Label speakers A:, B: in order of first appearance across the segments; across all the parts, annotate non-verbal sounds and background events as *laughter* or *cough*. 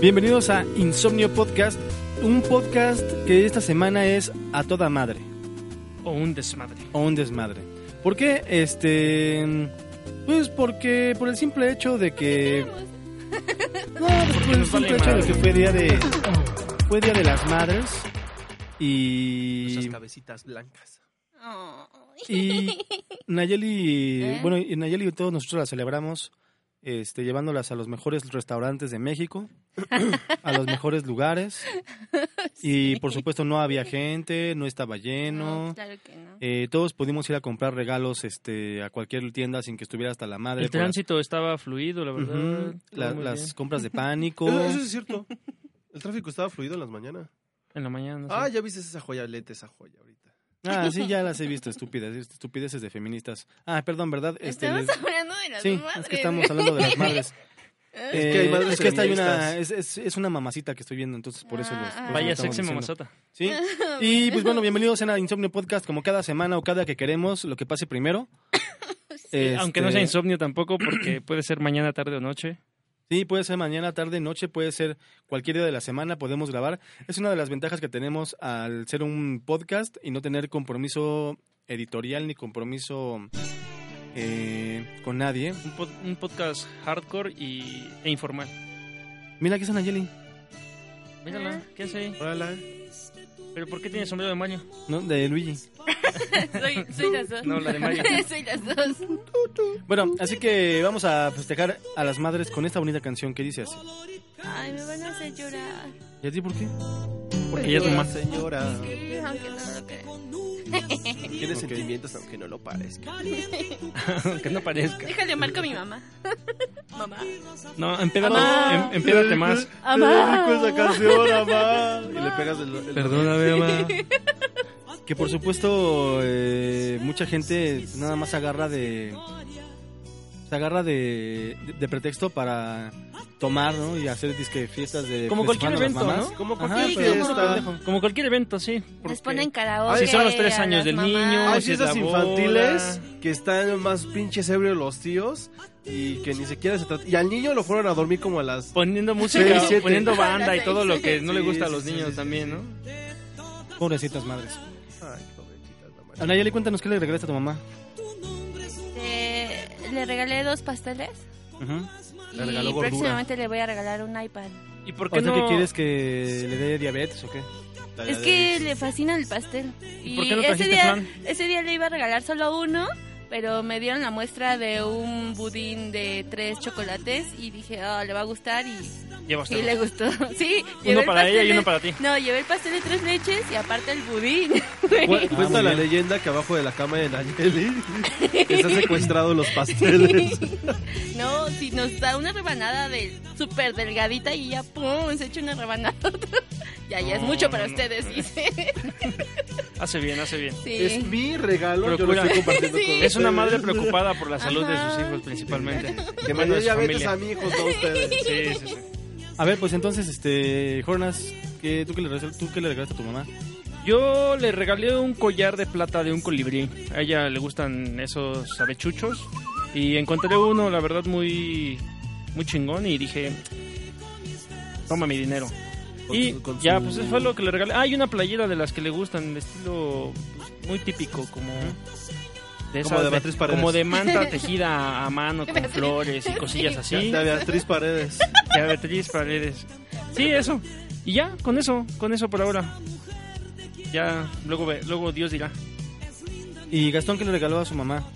A: Bienvenidos a Insomnio Podcast, un podcast que esta semana es a toda madre
B: O un desmadre.
A: o un desmadre. ¿Por qué? Este, pues porque por el simple hecho de que no, pues por el
B: nos vale
A: simple hecho de que
B: madre.
A: fue día de fue día de las madres y
B: Esas cabecitas blancas.
A: y *laughs* Nayeli,
C: ¿Eh?
A: bueno, y Nayeli y todos nosotros la celebramos este, llevándolas a los mejores restaurantes de
C: *laughs*
A: México, a los mejores lugares. Y por supuesto no había gente, no estaba lleno.
C: Claro que no.
A: Eh, todos pudimos ir a comprar regalos este, a cualquier tienda sin que estuviera hasta la madre.
B: El
A: por
B: tránsito estaba fluido, la
A: la- Ujú,
B: verdad. Todo
A: la-
B: muy bien.
A: las
B: *laughs*
A: compras de pánico.
D: Eso, eso es cierto. *laughs* El tráfico estaba fluido en las mañanas.
B: En la mañana. sí.
D: Ah, ya viste esa joya, lete esa
C: *laughs*
D: joya ahorita.
A: Ah, sí, ya las he visto, estúpidas, estupideces de feministas. Ah, perdón, ¿verdad? Este,
C: Estamos
A: les-
C: hablando de las
A: sí,
C: madres.
A: es que estamos hablando de las madres.
C: Ah,
D: Es que hay
A: Eh,
D: madres
A: es que esta hay una,
D: feministas.
A: es, es- es una mamacita que estoy viendo, entonces por eso los,
C: Ah, ah.
B: Vaya
C: Estamos
B: sexy
A: mamacita.
B: mamazota.
A: Sí. Y pues bueno, bienvenidos a Insomnio Podcast, como cada semana o cada que queremos, lo que pase primero.
B: Aunque
A: Este,
B: no sea insomnio tampoco,
A: *clears throat*
B: porque puede ser mañana, tarde o noche.
A: Sí, puede ser mañana, tarde, noche, puede ser cualquier día de la semana, podemos grabar. Es una de las ventajas que tenemos al ser un podcast y no tener compromiso editorial ni compromiso eh, con nadie.
B: Un, pod- un podcast hardcore y, e informal.
A: Mira, aquí está Nayeli.
B: Mírala, ¿qué hace ahí?
D: Órala.
B: ¿Pero por qué tiene sombrero de Mario?
A: No, de Luigi.
C: soy, soy las dos.
B: No, la de Mario.
C: *laughs* soy las dos.
A: Bueno, así que vamos a festejar a las madres con esta bonita canción que dice así.
C: Ay, me van a hacer llorar.
A: ¿Y a ti por qué?
B: Porque ya
D: Señora,
B: tomaste.
D: Señora,
C: Aunque no lo crean.
B: *laughs*
D: tiene
A: Ok.
D: sentimientos aunque no lo parezca.
B: que no parezca.
C: Déjale marco a mi mamá. *laughs* mamá.
B: No, empédate,
C: Mamá.
B: em- empédate más.
C: Amá.
D: Te dedico esa canción, amá. Y le pegas el... el-
B: mamá.
C: *laughs*
A: *laughs* Que por supuesto eh, mucha gente nada más se agarra de se agarra de, de, de pretexto para tomar, ¿no? Y hacer disque fiestas de
B: Como cualquier
A: festejando a las
B: evento,
A: mamás.
B: ¿no?
D: Como
A: Ajá,
D: cualquier
A: pero-
D: fiesta.
B: Como cualquier evento, sí.
C: Les
B: porque-
C: ponen karaoke.
B: Si Ah, son los tres
C: a
B: años
C: las
B: del
C: mamás.
B: niño,
D: Hay
B: si es
D: fiestas
B: la boda.
D: infantiles que están más pinches ebrios los tíos y que ni siquiera se trata. Y al niño lo fueron a dormir como a las.
B: Poniendo *laughs* música,
D: Sí, siete. *laughs*
B: poniendo banda y
C: Sí,
B: todo lo que no le
D: sí,
B: gusta a
D: sí,
B: los
D: sí,
B: niños
D: sí,
B: también, ¿no?
A: Pobrecitas madres.
D: Ay, pobrecitas, la madre.
A: Anayeli, cuéntanos qué le regalaste a tu mamá.
C: Este, le regalé dos pasteles.
A: Le regaló
C: y
A: gordura.
C: próximamente le voy a regalar un iPad.
B: ¿Y por
A: ¿O
B: qué
A: sea,
B: no
A: que quieres que le dé diabetes o qué?
C: Es que le fascina el pastel.
B: ¿Y por qué no
C: ese
B: trajiste
C: día,
B: flan?
C: ese día le iba a regalar solo uno, pero me dieron la muestra de un budín de tres chocolates y dije, oh, le va a gustar y
B: Llevas
C: sí le gustó. *laughs* Sí,
B: uno
C: el
B: para ella
C: pastel
B: y uno
C: de-
B: para ti.
C: No, llevé el pastel de tres leches y aparte el budín. *laughs*
D: Cu-
A: Ah,
D: Cuenta
A: muy
D: la
A: bien.
D: leyenda que abajo de la cama de Nayeli están secuestrados los pasteles.
C: No, si nos da una rebanada de súper delgadita y ya, pum, se echa una rebanada. *laughs* ya, ya es
B: No,
C: mucho para
B: no, no.
C: ustedes, dice.
B: Hace bien, hace bien.
C: Sí.
D: Es mi regalo,
B: Procura.
D: yo lo estoy compartiendo con
B: Es una
D: ustedes.
B: madre preocupada por la salud de
C: Ajá.
B: sus hijos principalmente.
D: Que me
B: Bueno,
D: dio
B: de su
D: diabetes
B: familia.
D: a mi hijos, no a ustedes.
B: Sí, sí, sí.
A: A ver, pues entonces, este, Jonas, ¿qué, tú, qué le regalaste, ¿tú qué le regalaste a tu mamá?
B: Yo le regalé un collar de plata de un colibrí. A ella le gustan esos avechuchos. Y encontré uno, la verdad, muy, muy chingón. Y dije, toma mi dinero.
D: Con
B: Y
D: su- con
B: ya,
D: su-
B: pues eso fue lo que le regalé. Ah, y una playera de las que le gustan, de estilo pues, muy típico, como... De
D: Como de Beatriz Paredes.
B: como de
A: *laughs*
B: manta tejida a mano con flores y cosillas así.
D: De Beatriz Paredes.
B: De Beatriz Paredes. Sí, eso. Y ya, con eso, con eso por ahora. Ya, luego, ve- luego Dios dirá.
A: ¿Y Gastón qué le regaló a su mamá?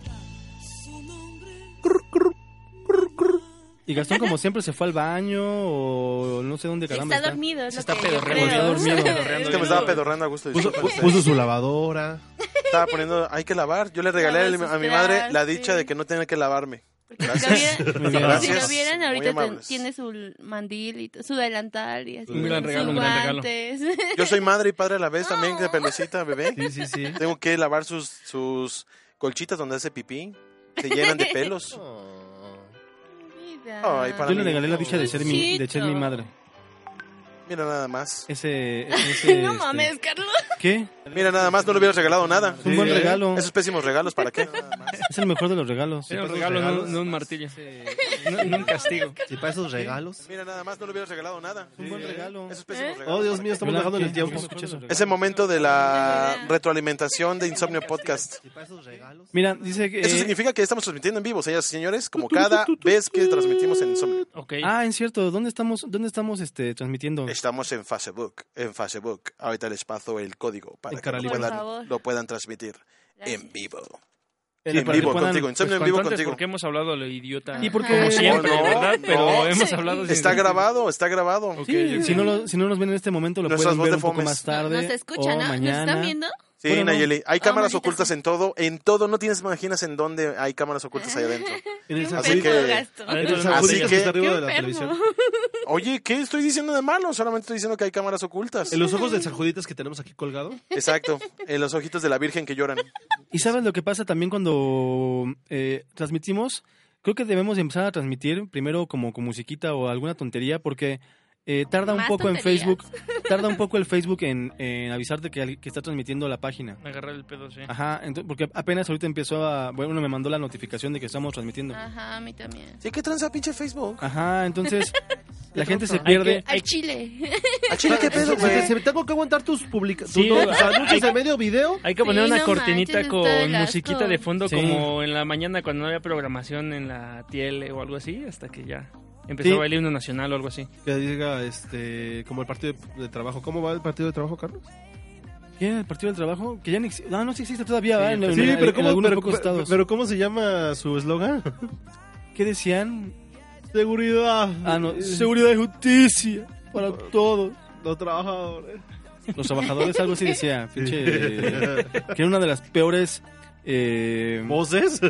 A: Y Gastón, como siempre, se fue al baño o no sé dónde caramba.
C: Está dormido, es
B: Se
C: lo
B: está
C: que yo
B: pedorreando,
C: creo.
A: está dormido.
C: Está
B: pedorreando.
E: Es que Este me pues, estaba pedorreando a gusto.
D: Puso,
E: disculpa.
D: puso su lavadora.
E: Estaba poniendo, hay que lavar. Yo le
C: No,
E: regalé
C: no,
E: a mi
C: suspirar,
E: madre la
C: sí.
E: dicha de que no tenía que lavarme.
C: Porque
E: Gracias.
C: Si lo
A: Muy
C: vieran,
A: bien.
C: si
E: Gracias.
C: lo vieran
E: Muy
C: ahorita ten-
E: amables.
C: tiene su mandil y t- su delantal y así.
B: Un gran
C: sus
B: regalo, un gran regalo.
C: guantes. *laughs*
E: Yo soy madre y padre a la vez también de pelucita, bebé.
D: Sí, sí, sí.
E: Tengo que lavar sus, sus colchitas donde hace pipí. Se llenan *laughs* de pelos.
C: Mira.
E: Ay, para
A: Yo le
E: mí.
A: regalé la dicha de ser mi, de ser mi madre.
E: Mira nada más.
C: *laughs*
A: Ese. ese,
C: No
A: este,
C: mames, Carlos.
A: ¿Qué?
E: Mira nada más, no le hubieras regalado nada.
A: Un buen
B: Sí.
A: regalo.
E: Esos pésimos regalos, ¿para qué?
A: Es el mejor de los regalos.
B: Era un
D: esos
B: regalo, no,
D: regalos.
B: no un
D: *laughs*
B: martillo. No, no un castigo.
D: Y para esos regalos.
E: Mira nada más, no le hubieras regalado nada.
A: Un buen regalo.
E: Esos pésimos regalos.
D: Oh, Dios
E: ¿para
D: mío, estamos
A: Yo la-
D: bajando en el
A: ¿qué?
D: tiempo.
A: ¿Qué escuché eso?
E: qué? Ese momento de la retroalimentación de Insomnio Podcast.
D: Y para esos regalos.
A: Mira, dice que.
E: Eso significa que estamos transmitiendo en vivo, señoras y señores, como cada vez que transmitimos en Insomnio.
B: Ok.
A: Ah, en cierto. ¿Dónde estamos, dónde estamos este, transmitiendo?
E: Estamos en Facebook, en Facebook. Ahorita les paso el código para
A: En
E: que
A: cara
E: lo
A: libre.
C: Por favor.
E: puedan, lo puedan transmitir
C: Gracias.
E: en vivo.
A: Y
E: En
A: para que
E: vivo
A: puedan-
E: contigo, Insomnio en
B: Pues,
E: vivo
B: cuanto antes,
E: contigo.
B: Porque hemos hablado a lo idiota.
A: Y porque-
B: Como siempre,
E: Ah, No,
B: ¿verdad?
E: no.
B: Pero hemos
C: Sí.
B: hablado. sin-
E: Está grabado, está grabado.
B: Ok,
A: Sí,
B: ok.
A: si, no lo- si no nos ven en este momento, lo
E: Nuestras
A: pueden
E: voz
A: ver
E: de
A: un poco
E: fomes.
A: más tarde.
C: Nos escucha,
A: o
C: ¿no? ¿Nos
A: mañana.
C: están viendo?
E: Sí,
A: Bueno, no.
E: Nayeli,
C: Ah,
E: hay cámaras
C: maldita
E: ocultas
C: sea.
E: en todo, en todo, no tienes imaginas en dónde hay cámaras ocultas
C: *laughs*
E: ahí adentro.
A: En
C: Qué
A: el
E: Así
A: Sanjurito.
E: que-
C: enfermo, Gastón.
B: Adentro de
D: Esos
B: la
E: Así
D: azulitos
B: botella.
E: que-
D: está arriba
C: Qué
D: de la
C: enfermo.
D: televisión.
E: Oye, ¿qué estoy diciendo de malo? Solamente estoy diciendo que hay cámaras ocultas.
D: En los ojos del San Juditas que tenemos aquí colgado.
E: Exacto, *laughs* en los ojitos de la Virgen que lloran.
A: Y sabes lo que pasa también cuando eh, transmitimos, creo que debemos empezar a transmitir primero como con musiquita o alguna tontería porque eh, tarda un
C: Más
A: poco en
C: tonterías.
B: *laughs*
A: Facebook, tarda un poco el Facebook en, en avisarte que, al- que está transmitiendo la página.
B: Agarrar el pedo, sí.
A: Ajá, ento- porque apenas ahorita empezó a, bueno, me mandó la notificación de que estamos transmitiendo.
C: Ajá, a mí también.
E: Sí, ¿qué tranza pinche Facebook?
C: *laughs*
A: Ajá, entonces la gente se
B: Hay
A: pierde.
B: que-
C: Al chile. *laughs*
E: ¿A *laughs* Chile qué pedo,
D: Se- se-
E: güey?
D: se- Tengo que aguantar tus publicaciones.
B: Sí,
D: tus
B: hay-
D: anuncios de medio video.
B: Hay que poner
C: Sí,
B: una
C: no
B: cortinita
C: manches,
B: con
C: está del asco.
B: musiquita de fondo
A: Sí.
B: como en la mañana cuando no había programación en la tele o algo así, hasta que ya empezaba
A: Sí.
B: el himno nacional o algo
E: *laughs*
B: así.
D: Que diga, este, como el partido de trabajo. ¿Cómo va el partido de trabajo, Carlos?
A: ¿Quién? ¿El Partido del Trabajo? Que ya no existe. Ah, No, no sí existe todavía, ¿verdad? En-
D: Sí,
A: en-
D: pero
A: en
D: ¿cómo,
A: algunos
D: pero-
A: pocos
D: pero-
A: estados.
D: pero ¿cómo se llama su eslogan?
A: ¿Qué decían?
D: Seguridad.
A: Ah, no.
D: Seguridad y justicia para todos los trabajadores.
A: Los trabajadores, algo así decía. Pinche. que era una de las peores eh,
D: ¿Voces?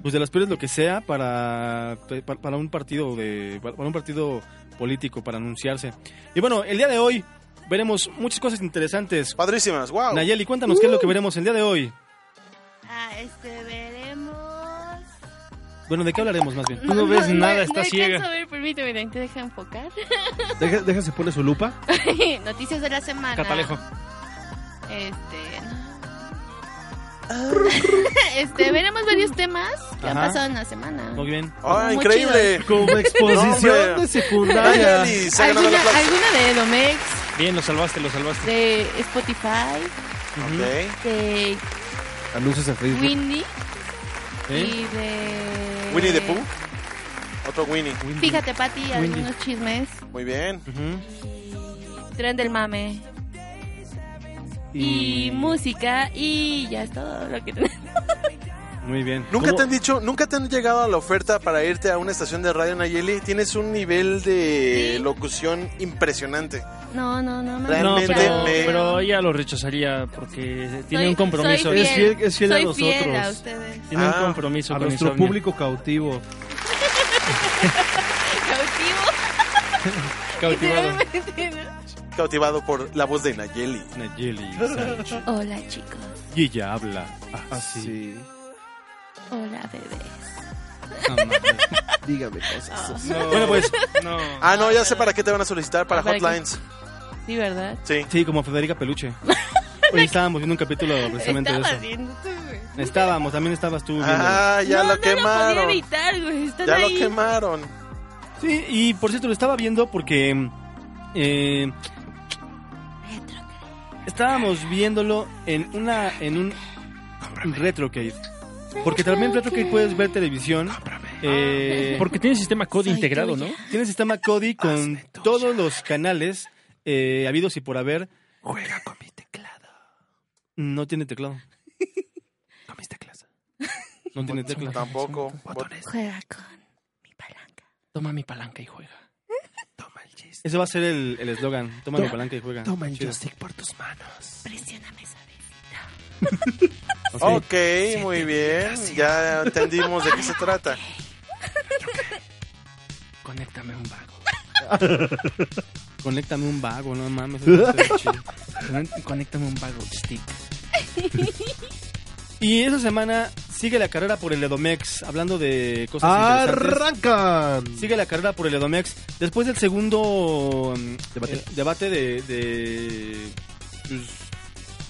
A: pues de las peores lo que sea para, pa- para un partido de para un partido político para anunciarse y bueno el día de hoy veremos muchas cosas interesantes
E: Padrísimas, wow.
A: Nayeli cuéntanos qué es lo
B: Uh.
A: que veremos el día de hoy
C: Ah, este, veremos.
A: bueno de qué hablaremos más bien
B: Tú no ves nada,
C: no
B: estás ciega.
C: alcanzo a ver, permíteme, te deja enfocar. *laughs*
D: Deja, deja, se pone su lupa.
C: Noticias de la semana.
B: Catalejo.
C: Este. no. *laughs* este, veremos varios temas que han
A: Ajá.
C: pasado en la semana.
A: muy bien
E: ¡Ah,
C: Muy
E: increíble!
D: Como exposición
E: hombre.
D: de secundaria.
E: Nayeli, se ha ganado el
C: ¿Alguna,
E: aplauso.
C: alguna de Domex,
B: Bien, lo salvaste, lo salvaste.
C: de Spotify,
E: Ok.
C: de
D: Anuncios en Facebook.
C: Winnie
A: ¿Eh?
C: y de.
E: Winnie the Pooh. Otro Winnie.
C: Fíjate, Pati, algunos chismes.
E: Muy bien.
A: Ujú.
C: Tren del mame. Y, música. Y ya es todo lo que tenemos.
A: muy bien
E: ¿Nunca
A: ¿Cómo?
E: te han dicho, nunca te han llegado a la oferta para irte a una estación de radio, Nayeli? Tienes un nivel de
C: Sí.
E: locución impresionante.
C: No, no, no. me han
B: No,
E: Realmente
B: pero,
C: escuchado.
E: me-
B: pero ella lo rechazaría porque tiene
C: Soy-
B: un compromiso.
C: soy
D: Es fiel, es fiel a
C: Soy
D: nosotros.
C: fiel a ustedes.
B: Tiene
E: Ah,
B: un compromiso
D: a
B: con
D: nuestro
B: Insomnio.
D: público cautivo.
C: *laughs* Cautivo. *laughs*
B: cautivado.
E: Cautivado por la voz de Nayeli.
A: Nayeli Sánchez.
C: Hola, chicos.
A: y ella habla Ah, así
C: Hola, bebés.
A: Ah, No mames.
D: *laughs* Dígame cosas.
B: No,
A: bueno pues
B: no.
E: Ah, no, ya sé para qué te van a solicitar, para
C: Ah, ¿para qué?
E: hotlines.
C: Sí, ¿verdad?
E: Sí.
A: sí como Federica
C: *laughs*
A: Peluche hoy estábamos viendo un capítulo precisamente de
C: Estaba
A: eso
C: riendo, tú, güey.
A: estábamos también estabas tú viéndolo.
E: Ah, ya
C: no, no
E: lo
C: lo podía
E: quemaron.
C: evitar, güey. Están
E: ya lo
C: ahí.
E: quemaron.
A: Sí, y por cierto, lo estaba viendo porque eh, estábamos viéndolo en una en un retrocade. Porque también en retrocade puedes ver televisión. eh, porque
B: Porque tiene sistema
C: Ah.
B: COD
C: Soy
B: integrado,
C: tuya.
B: ¿no?
A: tiene sistema Cody con todos los canales eh, habidos y por haber.
D: Juega con mi teclado.
A: No tiene teclado.
D: Con mis teclas.
A: No tiene teclado.
E: Tampoco.
D: Botones.
C: Juega con mi palanca.
B: Toma mi palanca y juega.
D: Toma el joystick.
A: Ese va a ser el el eslogan. Toma mi palanca y juega.
D: Toma el
A: Chido.
D: joystick por tus manos.
C: Presióname suavecita.
A: Ok.
E: Ok, muy bien. Ya entendimos de qué se trata.
B: Conéctame un vago.
A: *laughs* Conéctame un vago, no mames. eso va a ser chido.
B: Con- Conéctame un vago stick.
A: Y esa semana sigue la carrera por el Edomex, hablando de cosas interesantes.
D: Arrancan.
A: Sigue la carrera por el Edomex. Después del segundo mm,
D: Debate.
A: eh, debate de... de- pues,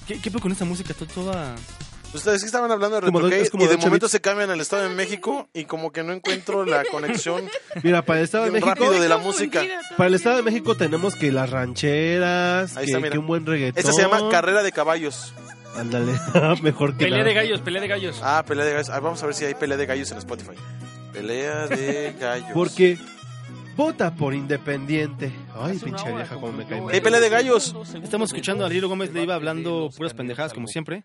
A: ¿Qué, ¿Qué pedo con esta música? Está toda...
E: Ustedes que Pues, estaban hablando de
D: Como
E: Retro
D: de-
E: Gay
D: es como
E: y
D: de
E: de
D: ocho
E: momento
D: bits.
E: se cambian al Estado de México y como que no encuentro la conexión
D: Mira, para el Estado de
E: Bien
D: México.
E: rápido de la
C: Confundida
E: música.
C: todavía.
D: Para el Estado de México tenemos que las rancheras,
E: Ahí
D: que,
E: está, mira.
D: que un buen reggaetón.
E: Esta se llama Carrera de Caballos.
D: Ándale, *laughs* mejor que
B: Pelea
D: nada.
B: de gallos, pelea de gallos.
E: Ah, pelea de gallos. Ah, vamos a ver si hay pelea de gallos en Spotify. Pelea de gallos.
D: Porque vota por independiente. Ay,
F: Hace una
D: pinche
F: hora
D: vieja, como me cae
F: concluyó
D: mal.
F: el
E: ¡Ey, pelea de gallos!
F: segundo, segundo
A: Estamos escuchando a
F: debate
A: Lilo Gómez, le iba
F: de
A: hablando
F: los
A: puras
F: candidatos
A: pendejadas,
F: al
A: como
F: voto.
A: siempre.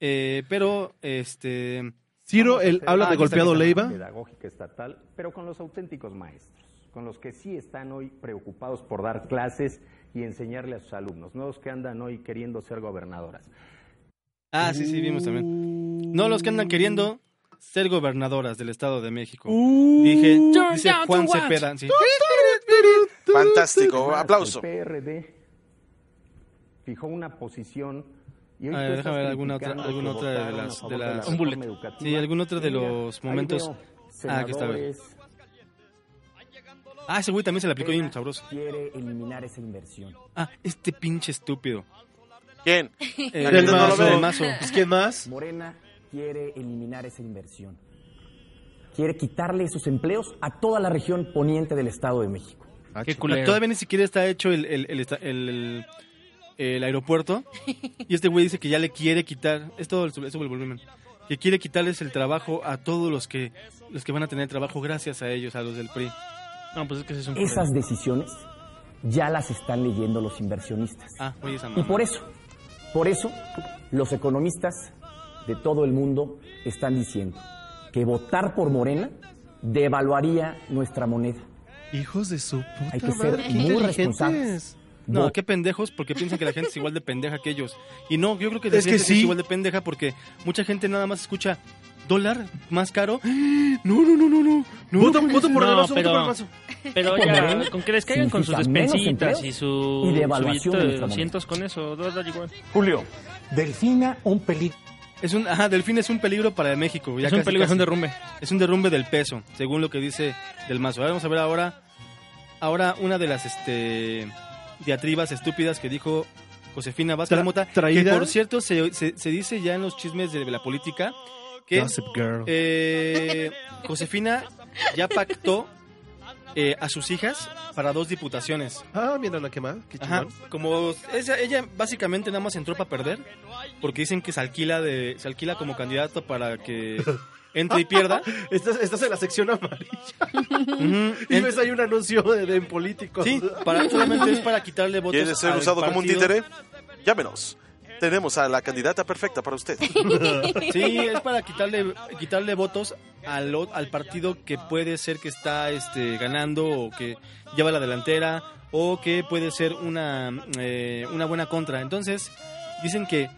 A: Eh, pero, este...
D: Ciro, el habla
A: Ah,
D: de
A: aquí está,
D: golpeado
A: aquí está.
D: Leiva.
F: Pedagógica estatal, pero con los auténticos maestros, con los que sí están hoy preocupados por dar clases y enseñarle a sus alumnos, no los que andan hoy queriendo ser gobernadoras.
A: Ah, sí, sí, vimos también. No los que andan queriendo ser gobernadoras del Estado de México. Dije, dice
B: down to
A: Juan
B: what?
A: Cepeda. sí.
E: Fantástico, aplauso.
F: El PRD fijó una posición y hoy
A: A
F: tú
A: ver,
F: estás
A: déjame ver alguna otra-
F: criticando
A: alguna
F: que
A: otra de
F: votaron a
A: las-
F: favor
A: de
F: la
A: las-
B: Un bullet.
F: reforma educativa.
A: Sí, algún otro de
F: Y mira,
A: los
F: ahí
A: momentos-
F: veo
A: Ah, aquí está, a ver.
F: senadores,
A: Ah, ese güey también se la aplicó bien
F: Pena
A: sabroso.
F: Quiere eliminar esa inversión.
A: Ah, este pinche estúpido.
E: ¿Quién?
A: Eh,
E: Del
A: no lo
E: mazo.
A: veo. Del mazo.
F: *laughs*
D: Pues, ¿Quién más?
F: Morena quiere eliminar esa inversión. Quiere quitarle sus empleos a toda la región poniente del Estado de México.
B: Qué
A: No,
B: culero.
A: Ah, Todavía ni siquiera está hecho el, el, el esta- el- el aeropuerto. Y este güey dice que ya le quiere quitar. Es todo el, sub- sube el volumen. Que quiere quitarles el trabajo a todos los que los que van a tener trabajo gracias a ellos, a los del PRI.
B: No, pues es que ese es un culero.
F: Esas decisiones ya las están leyendo los inversionistas.
A: Ah, oye, esa
F: Y
A: mamá.
F: por eso, por eso, los economistas de todo el mundo están diciendo que votar por Morena devaluaría nuestra moneda.
D: Hijos de su puta
F: Hay que ser
D: madre, qué
F: muy
D: inteligentes.
F: responsables.
A: No,
F: Vot-
A: qué pendejos, porque piensan que la gente es igual de pendeja que ellos. Y no, yo creo que,
D: Es que
A: debería ser
D: sí.
A: igual de pendeja porque mucha gente nada más escucha dólar más caro. *gasps* No, no, no, no, no. no
D: Voto, voto por el
B: No,
D: mazo, voto
B: pero-
D: por el mazo.
B: Pero
F: Por
B: ya,
F: Morena
B: con que les caigan con sus
F: significa menos
B: despensitas
F: empleos
B: y su,
F: y
B: su
F: devaluación
B: billete
F: de
B: de
F: nuestra
B: 200 con eso, da da igual.
F: Julio,
G: Delfina, un peligro.
A: Es un, ajá, Delfín es un peligro para México. ya
B: es un
A: casi,
B: peligro, es
A: casi.
B: un derrumbe.
A: Es un derrumbe del peso, según lo que dice Del Mazo. Ahora vamos a ver ahora, ahora una de las este, diatribas estúpidas que dijo Josefina Vázquez
D: Tra-
A: Mota.
D: traída.
A: Que por cierto, se, se- se dice ya en los chismes de la política que
D: Gossip Girl.
A: eh, Josefina ya pactó eh, a sus hijas para dos diputaciones.
D: Ah, mira la quemada, qué
A: Ajá,
D: chingón.
A: como ella, ella básicamente nada más entró para perder, porque dicen que se alquila, de, se alquila como candidato para
D: *laughs*
A: que entre y pierda.
D: Estás, estás en la sección amarilla
A: Ujú,
D: *laughs* y
A: en-
D: ves ahí un anuncio de, de en políticos.
A: Sí, para, solamente es para quitarle votos.
E: ¿Quiere ser
A: al
E: usado como un
A: partido.
E: títere? Llámenos. Tenemos a la candidata perfecta
B: *laughs*
E: para usted.
A: Sí, es para quitarle quitarle votos al, o- al partido que puede ser que está este ganando o que lleva la delantera o que puede ser una eh, una buena contra. Entonces dicen que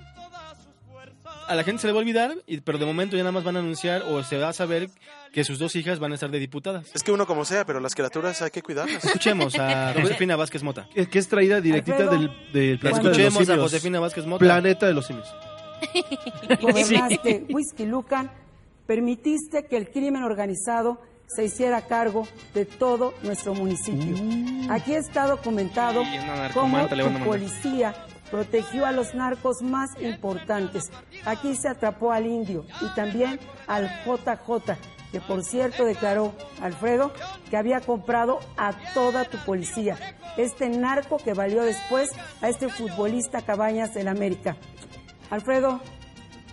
A: a la gente se le va a olvidar, y, pero de momento ya nada más van a anunciar o se va a saber que sus dos hijas van a estar de diputadas.
E: Es que uno como sea, pero las criaturas hay que cuidarlas.
A: Escuchemos
D: *laughs*
A: a Josefina Vázquez Mota.
D: *laughs* Que, que es traída directita del, del planeta de los
A: Escuchemos a
D: simios.
A: Josefina Vázquez Mota.
D: Planeta de los simios.
H: gobernaste Whisky Lucan, permitiste que el crimen organizado se hiciera cargo de todo nuestro municipio. Aquí está documentado
B: Y una
H: cómo
B: narcomanta le van a
H: tu
B: mandar.
H: policía protegió a los narcos más importantes. Aquí se atrapó al indio y también al JJ, que por cierto declaró Alfredo que había comprado a toda tu policía. Este narco que valió después a este futbolista Cabañas del América. Alfredo,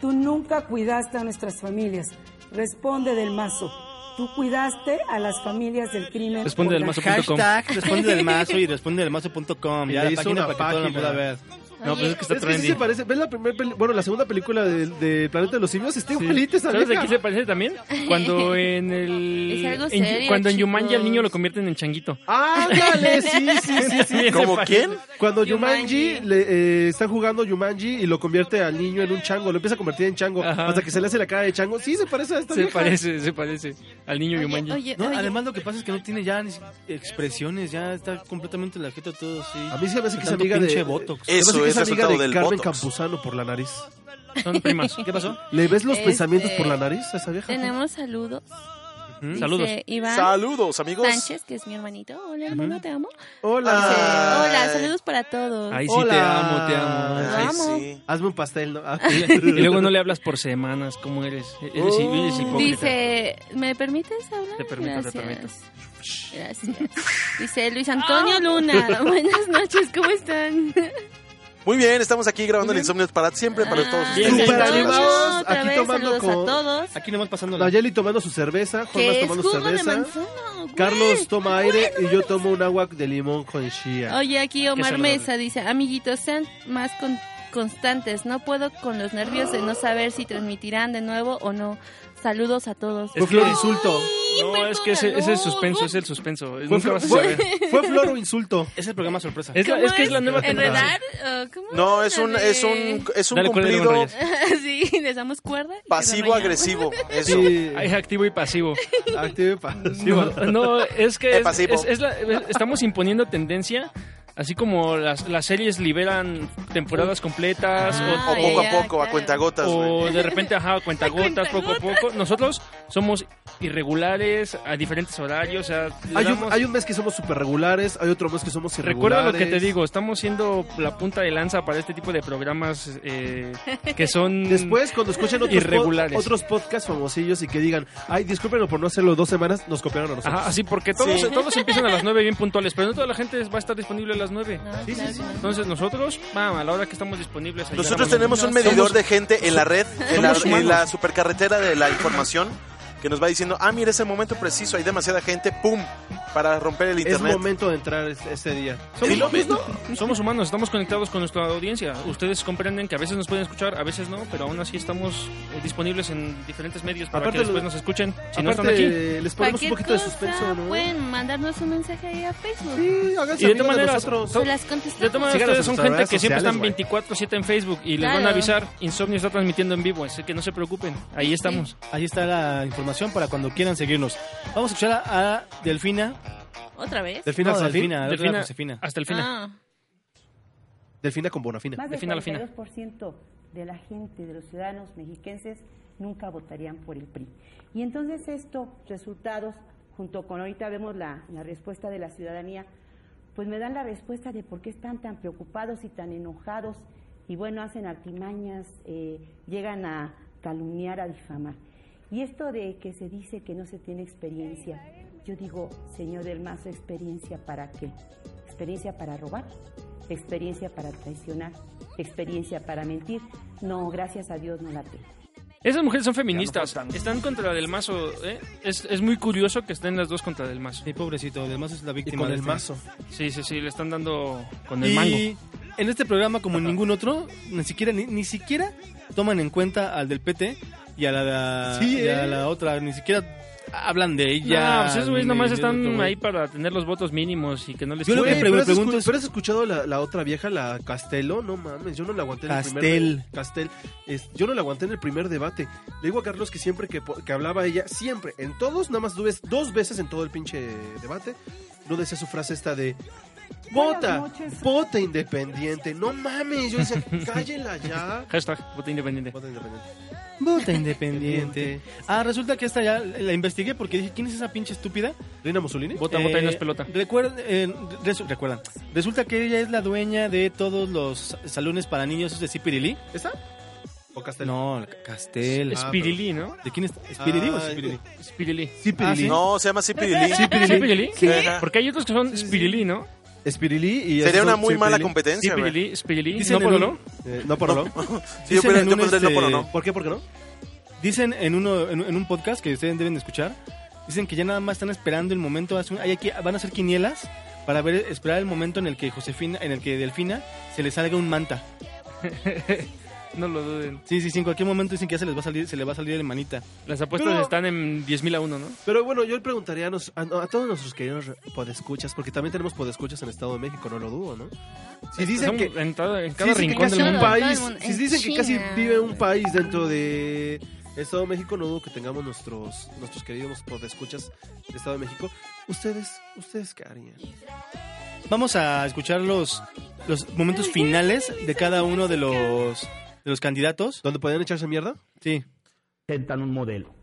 H: tú nunca cuidaste a nuestras familias. Responde del mazo. Tú cuidaste a las familias del crimen.
B: Responde del
H: organizado.
B: mazo punto com.
A: Hashtag responde del mazo y responde del mazo.com.
D: Y
A: Ya la
D: le Eh, hizo
A: página para
D: una
A: que todo lo
D: página.
A: pueda ver.
B: No, pues es que está
D: es que sí
B: trendy.
D: se parece. ¿Ves la primera peli- Bueno, la segunda película de, de Planeta de los Simios? Está igualita esa
B: ¿Sabes de
D: vieja.
B: qué se parece también?
C: *laughs*
B: Cuando en el...
C: Es algo
B: en-
C: serio,
B: cuando en Yumanji al
C: chicos.
B: niño lo convierten en changuito. *laughs*
D: ¡Ándale! Sí, sí, sí. *laughs* sí.
B: Sí,
E: ¿Cómo
B: se parece.
E: quién?
D: Cuando
C: Jumanji.
D: Yumanji, le, eh, está jugando Yumanji y lo convierte al niño en un chango, lo empieza a convertir en chango
B: Ajá.
D: hasta que se le hace la cara de chango. Sí, se parece a esta
B: Se
D: vieja.
B: parece, se parece al niño Yumanji.
C: Oye, oye,
A: No,
C: oye.
A: además lo que pasa es que no tiene ya ni expresiones, ya está completamente la jeta todo así.
D: A mí se me hace que es
A: Tanto
D: amiga de.
A: pinche botox.
D: se me hace
E: Eso
D: que
E: es
D: amiga
E: resultado
D: de
E: del
D: Carmen
E: botox.
D: Campuzano por la nariz.
B: Son primas.
A: ¿Qué pasó?
D: ¿Le ves los
C: Este-
D: pensamientos por la nariz a esa vieja?
C: Tenemos saludos. Dice
B: Saludos.
C: Iván
E: Saludos, amigos.
C: Sánchez, que es mi hermanito. Hola, hermano, te amo. Dice,
D: Hola.
C: Hola, saludos para todos.
B: Ay, sí, te amo, te amo.
D: Hola.
E: Ay,
C: Vamos.
E: sí.
D: Hazme un pastel, ¿no?
B: *laughs*
D: Ah,
B: Y luego no le hablas por semanas. ¿Cómo eres? Eres, eres hipócrita.
C: Dice, ¿me permites hablar?
B: Te permito, Ah. te
C: Gracias. Gracias. Dice Luis Antonio
B: *laughs*
C: Luna. Buenas noches, ¿cómo están?
E: Muy bien, estamos aquí grabando el Insomnio para siempre para todos
C: Bien,
E: ustedes.
D: Súper
C: saludos,
D: animados,
C: otra
D: aquí
C: vez,
D: tomando
C: saludos
D: con-
C: a todos.
A: Aquí nomás pasando la...
D: Nayeli tomando su cerveza, Juan
C: Que es
D: tomando
C: jugo
D: su
C: de
D: cerveza.
C: manzana, güey.
D: Carlos toma aire y yo tomo un agua de limón con chía.
C: Oye, aquí Omar
B: saludable.
C: Mesa dice, amiguitos, sean más con- constantes. No puedo con los nervios de no saber si transmitirán de nuevo o no. Saludos a todos.
D: Fue
B: Es que-
D: flor insulto.
B: No, es que ese, ese es suspenso, es el suspenso.
D: Fue,
B: Nunca
D: flor-
B: vas a
D: fue-
B: saber.
D: *laughs* fue flor o insulto.
A: Es el programa sorpresa.
B: Es, la-
C: ¿Cómo
B: es que es la nueva temporada.
C: ¿Enredar? ¿O Oh, ¿Cómo
E: No, es
C: la
E: un,
C: de-
E: es un, es un
B: Dale, cuelga y luego
E: cumplido
C: *laughs*
B: enrollas.
C: sí, les damos cuerda. y *laughs*
E: pasivo-agresivo. Eso.
D: Sí,
B: Hay activo y pasivo.
D: *laughs* activo y pasivo.
B: No, no, es que
E: Es
B: es-
E: pasivo.
B: es- es la- estamos imponiendo tendencia, así como las, las series liberan temporadas completas
C: Ah,
E: O poco
C: ya,
E: a poco,
C: claro.
E: a cuentagotas,
B: o,
E: güey.
B: o de repente ajá, cuentagotas poco a poco. Nosotros somos irregulares a diferentes horarios. O sea, le
D: Hay un,
B: damos-
D: hay un mes que somos super regulares, hay otro mes que somos irregulares.
B: Recuerda lo que te digo, estamos siendo la punta de lanza para este tipo de programas eh, que
E: *laughs*
B: son...
D: *laughs* Después, cuando escuchen otros,
B: Irregulares.
D: po- otros podcasts famosillos y que digan, ay, discúlpenlo por no hacerlo dos semanas, nos copiaron a nosotros.
B: Ajá, así porque todos,
E: Sí.
B: todos empiezan a las 9 bien puntuales, pero no toda la gente va a estar disponible a las 9.
C: No,
D: Sí, sí,
C: claro
D: sí.
C: que no.
B: Entonces nosotros, mam, a la hora que estamos disponibles. ahí
E: Nosotros
B: grabamos.
E: tenemos un
C: Somos-
E: medidor de gente en la red, en la,
B: somos
E: en la
B: humanos.
E: supercarretera de la información, que nos va diciendo, ah, mira, es el momento preciso, hay demasiada gente, ¡pum! Para romper el
D: es
E: internet.
D: momento de entrar es- ese día.
E: ¿Y lo mismo?
B: Somos humanos, estamos conectados con nuestra audiencia. Ustedes comprenden que a veces nos pueden escuchar, a veces no, pero aún así estamos eh, disponibles en diferentes medios para
D: Aparte
B: que después
D: lo-
B: nos escuchen. Si no están
D: Aparte,
B: aquí.
D: les ponemos un
C: Cualquier
D: poquito de
C: cosa,
D: suspenso, ¿no?
C: Pueden mandarnos un mensaje ahí a Facebook.
B: Y
D: Sí, háganse
B: de
D: amigos
B: todas maneras,
D: nosotros.
C: Se las
B: De todas
C: contestamos.
B: maneras,
D: Síganos
B: ustedes
D: en
B: son
D: nuestras
B: gente
D: redes
B: que siempre
D: sociales,
B: están
D: güey.
B: 24-7 en Facebook y les
C: Claro.
B: van a avisar. Insomnio está transmitiendo en vivo, así que no se preocupen. Ahí estamos.
A: Ahí está la información para cuando quieran seguirnos. Vamos a escuchar a, a Delfina.
C: ¿Otra vez?
D: Delfina,
A: No,
D: Serafín.
A: Delfina, la otra
B: Delfina,
A: Josefina.
B: hasta el final.
C: Ah.
D: Delfina con Bonafina.
I: Más del
B: Defina la fina.
I: 42% de la gente, de los ciudadanos mexiquenses, nunca votarían por el PRI. Y entonces estos resultados, junto con ahorita vemos la, la respuesta de la ciudadanía, pues me dan la respuesta de por qué están tan preocupados y tan enojados y bueno, hacen artimañas, eh, llegan a calumniar, a difamar. Y esto de que se dice que no se tiene experiencia, yo digo, señor del Mazo, ¿experiencia para qué? ¿Experiencia para robar? experiencia para traicionar, experiencia para mentir. No, gracias a Dios no la tengo.
B: Esas mujeres son feministas. Están contra Del Mazo. ¿eh? Es, es muy curioso que estén las dos contra Del Mazo.
A: Sí, pobrecito, Del Mazo es la
D: Y
A: víctima
D: con
A: de
D: el
A: este.
D: mazo.
B: Sí, sí, sí, le están dando con el
A: Y
B: mango.
A: en este programa, como en ningún otro, ni siquiera, ni, ni siquiera toman en cuenta al del PT y a la,
D: Sí,
A: y a
D: ¿eh?
A: la otra. Ni siquiera hablan de
B: Ya,
A: ella.
B: pues esos güeyes
A: ni
B: nomás
A: del
B: están
A: otro güey.
B: ahí para tener los votos mínimos y que no les
A: Yo lo
D: Güey,
A: que
B: quiten.
A: pre-
D: Eh, pero, has
A: pregunto
D: escu-
A: es-
D: pero has escuchado la, la otra vieja, la Castelo? No mames, yo no la aguanté en el primer
A: Castel.
D: de- Castel. Es- yo no la aguanté en el primer debate. Le digo a Carlos que siempre que, po- que hablaba ella, siempre, en todos, nada más dos, dos veces en todo el pinche debate, no decía su frase esta de... Vota, vota independiente. No mames,
A: *laughs*
D: yo decía, cállela ya.
B: Hashtag, voto independiente.
D: Vota independiente.
A: Vota independiente. ah, resulta que esta ya la investigué porque dije, ¿quién es esa pinche estúpida?
D: ¿Reina Mussolini?
B: Vota, vota y no es pelota.
A: recuer- eh, resu- recuerdan, resulta que ella es la dueña de todos los salones para niños de Cipirilí.
D: ¿Esta? ¿O Castel? Ah,
A: No, Castel.
B: Es Pirili, ¿no?
A: ¿De quién es? ¿Spirilí o Cipirilí?
B: Es Pirili.
A: Ah, sí.
E: No, se llama Cipililí.
B: ¿Sí, Pirili?
E: Ajá.
B: Porque hay otros que son Spirili, ¿no?
D: Espirilí y...
E: Sería
D: eso-
E: una muy
D: sí, Pirili.
E: mala
B: Sí,
E: competencia, güey.
B: Pirili, Spirili.
A: Dicen
B: ¿No,
A: en
B: Polo,
A: un-
B: no?
D: Eh, no, por
A: *laughs*
D: no.
E: *laughs* Sí, yo
A: Dicen
E: pero
A: en
E: yo
A: un,
E: pondré el no
A: este,
E: por no.
D: ¿Por qué, por qué no?
A: Dicen en uno en, en un podcast que ustedes deben de escuchar Dicen que ya nada más están esperando el momento. hace un- Hay aquí, van a hacer quinielas para ver, esperar el momento en el que Josefina, en el que Delfina se le salga un manta.
B: *laughs* No lo duden.
A: Sí, sí, sí, en cualquier momento dicen que ya se les va a salir, se le va a salir el manita.
B: Las apuestas
D: Pero-
B: están en 10.000 a 1, ¿no?
D: Pero bueno, yo le preguntaría a, nos- a- a todos nuestros queridos re- podescuchas, porque también tenemos podescuchas en el Estado de México, no lo dudo, ¿no? Si dicen
B: Pues Son
D: que,
B: en, cada- en
D: si
B: cada
D: dicen que
B: rincón
D: casi
B: del
D: un
B: mundo.
C: Todo el
D: país,
C: mundo.
D: si
C: En
D: dicen que casi
C: China.
D: vive un país dentro de Estado de México, no dudo que tengamos nuestros nuestros queridos podescuchas del Estado de México. Ustedes, ustedes qué harían?
A: Vamos a escuchar los, los momentos finales de cada uno de los, de los candidatos.
D: ¿Dónde podrían echarse mierda?
A: Sí.
J: presentan un modelo,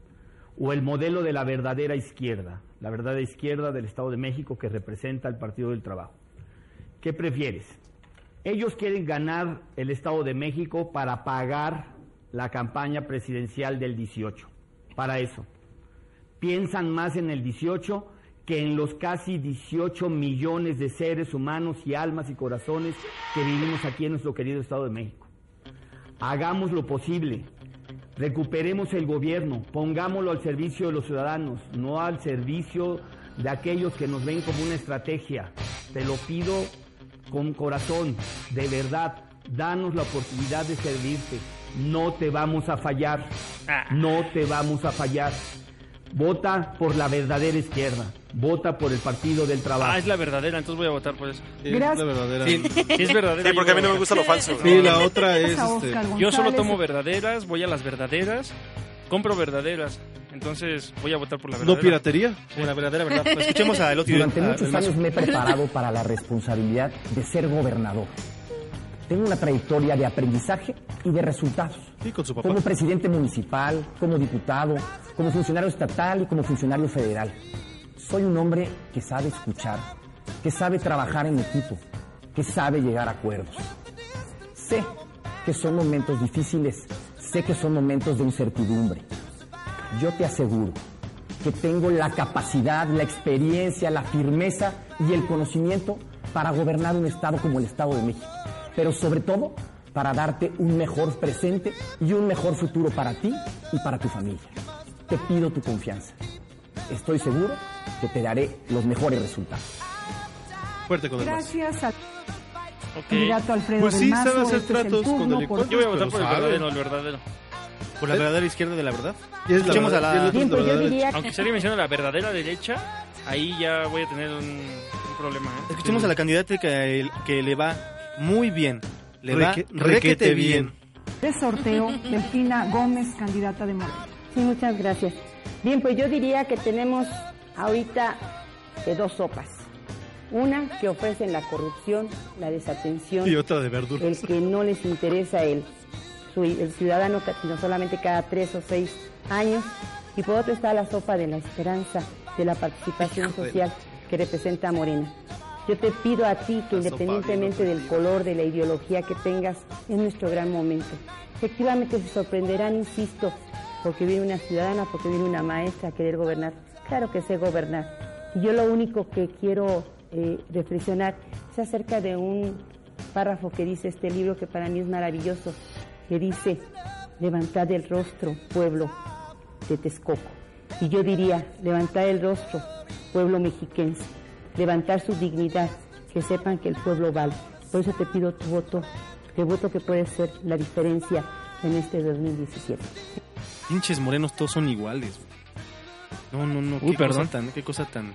J: o el modelo de la verdadera izquierda, la verdadera izquierda del Estado de México que representa el Partido del Trabajo. ¿Qué prefieres? Ellos quieren ganar el Estado de México para pagar la campaña presidencial del 18, para eso. Piensan más en el 18 que en los casi 18 millones de seres humanos y almas y corazones que vivimos aquí en nuestro querido Estado de México. Hagamos lo posible, Recuperemos el gobierno, pongámoslo al servicio de los ciudadanos, no al servicio de aquellos que nos ven como una estrategia. Te lo pido con corazón, de verdad, danos la oportunidad de servirte. No te vamos a fallar, no te vamos a fallar. Vota por la verdadera izquierda, vota por el Partido del Trabajo.
B: Ah, es la verdadera, entonces voy a votar por eso.
D: Sí,
J: Gracias.
D: La verdadera.
B: Sí, sí es verdadera.
E: Sí, porque a mí no me
B: yo voy
E: gusta lo falso.
D: Sí, la otra es
H: A
D: este,
H: Oscar
B: a- Yo solo
H: González.
B: tomo verdaderas, voy a las verdaderas, compro verdaderas. Entonces voy a votar por la verdadera.
D: no piratería.
A: Bueno, la verdadera
B: *laughs*
A: verdad.
F: *laughs*
A: Pues escuchemos a Elotti.
F: Durante
A: a-
F: muchos
A: Almazo.
F: años me he preparado para la responsabilidad de ser gobernador. Tengo una trayectoria de aprendizaje y de resultados.
D: Sí, con su papá.
F: Como presidente municipal, como diputado, como funcionario estatal y como funcionario federal. Soy un hombre que sabe escuchar, que sabe trabajar en equipo, que sabe llegar a acuerdos. Sé que son momentos difíciles, sé que son momentos de incertidumbre. Yo te aseguro que tengo la capacidad, la experiencia, la firmeza y el conocimiento para gobernar un estado como el Estado de México, pero sobre todo para darte un mejor presente y un mejor futuro para ti y para tu familia. Te pido tu confianza. Estoy seguro que te daré los mejores resultados.
D: Fuerte con el mazo.
H: Gracias al
A: Eh,
B: Ok.
H: candidato Alfredo
D: Pues sí,
H: del Mazo.
D: sabe hacer
H: Este es el
D: tratos con
H: turno por-
D: delincuentes.
B: Yo voy a votar
D: Pero
B: por el
D: sabe.
B: verdadero, el verdadero.
A: Por la verdadera izquierda de la verdad.
D: Y es la
A: Escuchemos a
D: verdad-
A: la...
D: y el
H: pues
D: otro es la verdadera.
B: Aunque se le menciona la verdadera derecha, ahí ya voy a tener un, un problema. ¿eh?
A: Escuchemos a la candidata que, que le va muy bien. Le va
D: Reque-
A: requete bien.
H: de sorteo, Delfina Gómez, candidata de Morena.
I: Sí, muchas gracias. Bien, pues yo diría que tenemos ahorita eh, dos sopas. Una que ofrecen la corrupción, la desatención,
D: Y otra de verdura.
I: el que no les interesa el, su- el ciudadano, ca- sino solamente cada tres o seis años. Y por otro está la sopa de la esperanza, de la participación social que representa a Morena. Yo te pido a ti que
D: La sopa bien
I: independientemente del color, de la ideología que tengas, es nuestro gran momento. Efectivamente se sorprenderán, insisto, porque viene una ciudadana, porque viene una maestra a querer gobernar. Claro que sé gobernar. Y yo lo único que quiero eh, reflexionar es acerca de un párrafo que dice este libro que para mí es maravilloso, que dice, levantad el rostro, pueblo de Texcoco. Y yo diría, levantar el rostro, pueblo mexiquense, levantar su dignidad, que sepan que el pueblo vale. Por eso te pido tu voto, el voto que puede ser la diferencia en este 2017.
A: Pinches morenos, todos son iguales. No, no, no.
B: Uy,
A: qué
B: perdón.
A: Cosa tan, qué cosa tan...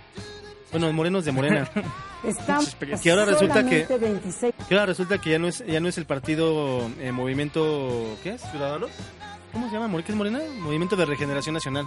A: Bueno, morenos de morena.
H: *laughs* Están
A: Que ahora resulta que-
H: solamente 26
A: que ahora resulta que ya no es, ya no es el partido eh, Movimiento... ¿Qué es?
D: ¿Ciudadano?
A: ¿Cómo se llama? ¿More- ¿Qué es Morena? Movimiento de Regeneración Nacional.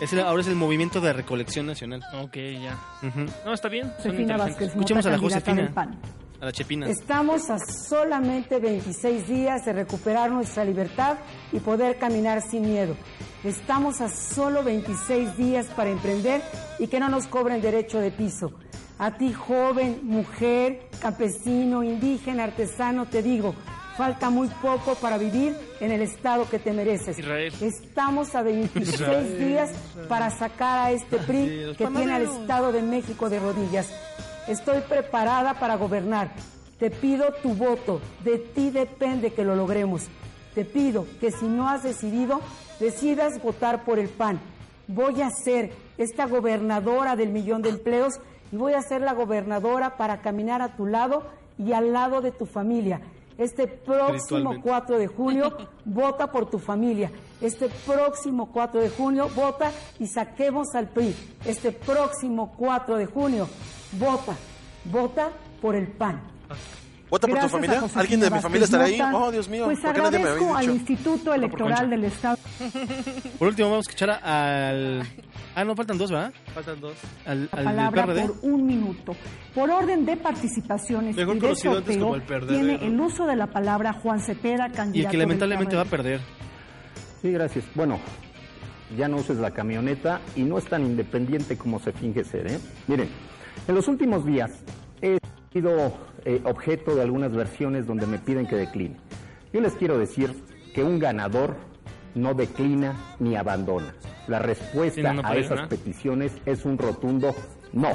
A: Es el- ahora es el Movimiento de Recolección Nacional.
B: Ok, ya.
A: Ujú.
B: No, está bien. Son
H: Josefina Vázquez
B: inteligentes.
H: Mota,
A: Escuchemos a la
H: candidata
A: Josefina.
H: del PAN.
A: A la Chepina.
H: Estamos a solamente 26 días de recuperar nuestra libertad y poder caminar sin miedo. Estamos a solo 26 días para emprender y que no nos cobren derecho de piso. A ti, joven, mujer, campesino, indígena, artesano, te digo, falta muy poco para vivir en el estado que te mereces.
B: Israel.
H: Estamos a 26 días para sacar a este PRI
A: Sí, los
H: que tiene al Estado de México de rodillas. Estoy preparada para gobernar. Te pido tu voto. De ti depende que lo logremos. Te pido que si no has decidido, decidas votar por el PAN. voy a ser esta gobernadora del millón de empleos y voy a ser la gobernadora para caminar a tu lado y al lado de tu familia. Este próximo
K: Espiritualmente.
H: 4 de junio, vota por tu familia. Este próximo 4 de junio, vota y saquemos al PRI. Este próximo 4 de junio, vota, vota por el PAN.
E: ¿Vota por tu
L: Gracias a
E: familia?
L: Josefina
E: ¿Alguien de mi familia estará ahí?
L: Mota.
E: Oh, Dios mío,
L: Pues
E: ¿por qué nadie me
L: agradezco
E: había
L: al
E: dicho?
L: Instituto
A: Concha.
L: Electoral del Estado.
A: Por último, vamos a escuchar al. Ah, no, faltan dos, ¿verdad?
D: Faltan dos.
A: Al,
L: la
A: *laughs* al del
L: palabra
A: PRD.
L: por un minuto. Por orden de participaciones
A: Mejor
L: y de
A: conocido antes
L: sorteo,
A: como el perdedero.
L: tiene el uso de la palabra Juan Cepeda, candidato
A: Y el que
L: del
A: lamentablemente va a
L: PRD.
A: perder.
M: Sí, gracias. Bueno, ya no uses la camioneta y no es tan independiente como se finge ser, ¿eh? Miren, en los últimos días he sido eh, objeto de algunas versiones donde me piden que decline. Yo les quiero decir que un ganador no declina ni abandona. La
B: Sí,
M: respuesta
B: no, no
M: a
B: puede
M: esas
B: ganar.
M: peticiones es un rotundo no.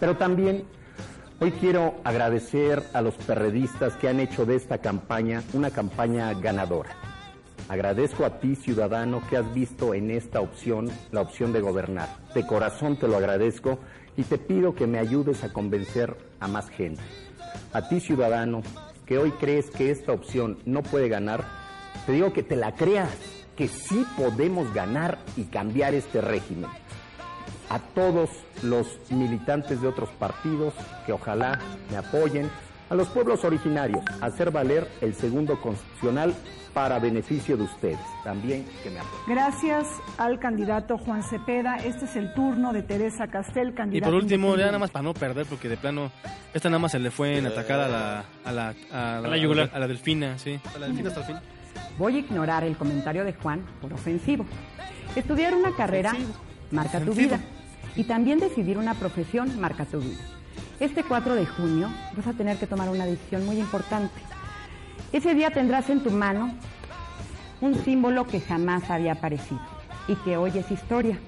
M: Pero también hoy quiero agradecer a los perredistas que han hecho de esta campaña una campaña ganadora. Agradezco a ti, ciudadano, que has visto en esta opción la opción de gobernar. De corazón te lo agradezco y te pido que me ayudes a convencer a más gente. A ti, ciudadano, que hoy crees que esta opción no puede ganar, te digo que te la creas, que sí podemos ganar y cambiar este régimen a todos los militantes de otros partidos que ojalá me apoyen, a los pueblos originarios, a hacer valer el segundo constitucional para beneficio de ustedes, también que me apoyen.
L: Gracias al candidato Juan Cepeda. Este es el turno de Teresa Castel,
A: Y
L: candidata.
A: por último, ya
L: independiente.
A: nada más para no perder, porque de plano, esta nada más se le fue en atacar a la. a la. a
B: la yugular.
A: a la delfina, sí.
D: A la delfina hasta el fin.
N: Voy a ignorar el comentario de Juan por ofensivo. Estudiar una carrera marca tu vida. Y también decidir una profesión marca tu vida. Este 4 de junio vas a tener que tomar una decisión muy importante. Ese día tendrás en tu mano un símbolo que jamás había aparecido y que hoy es historia.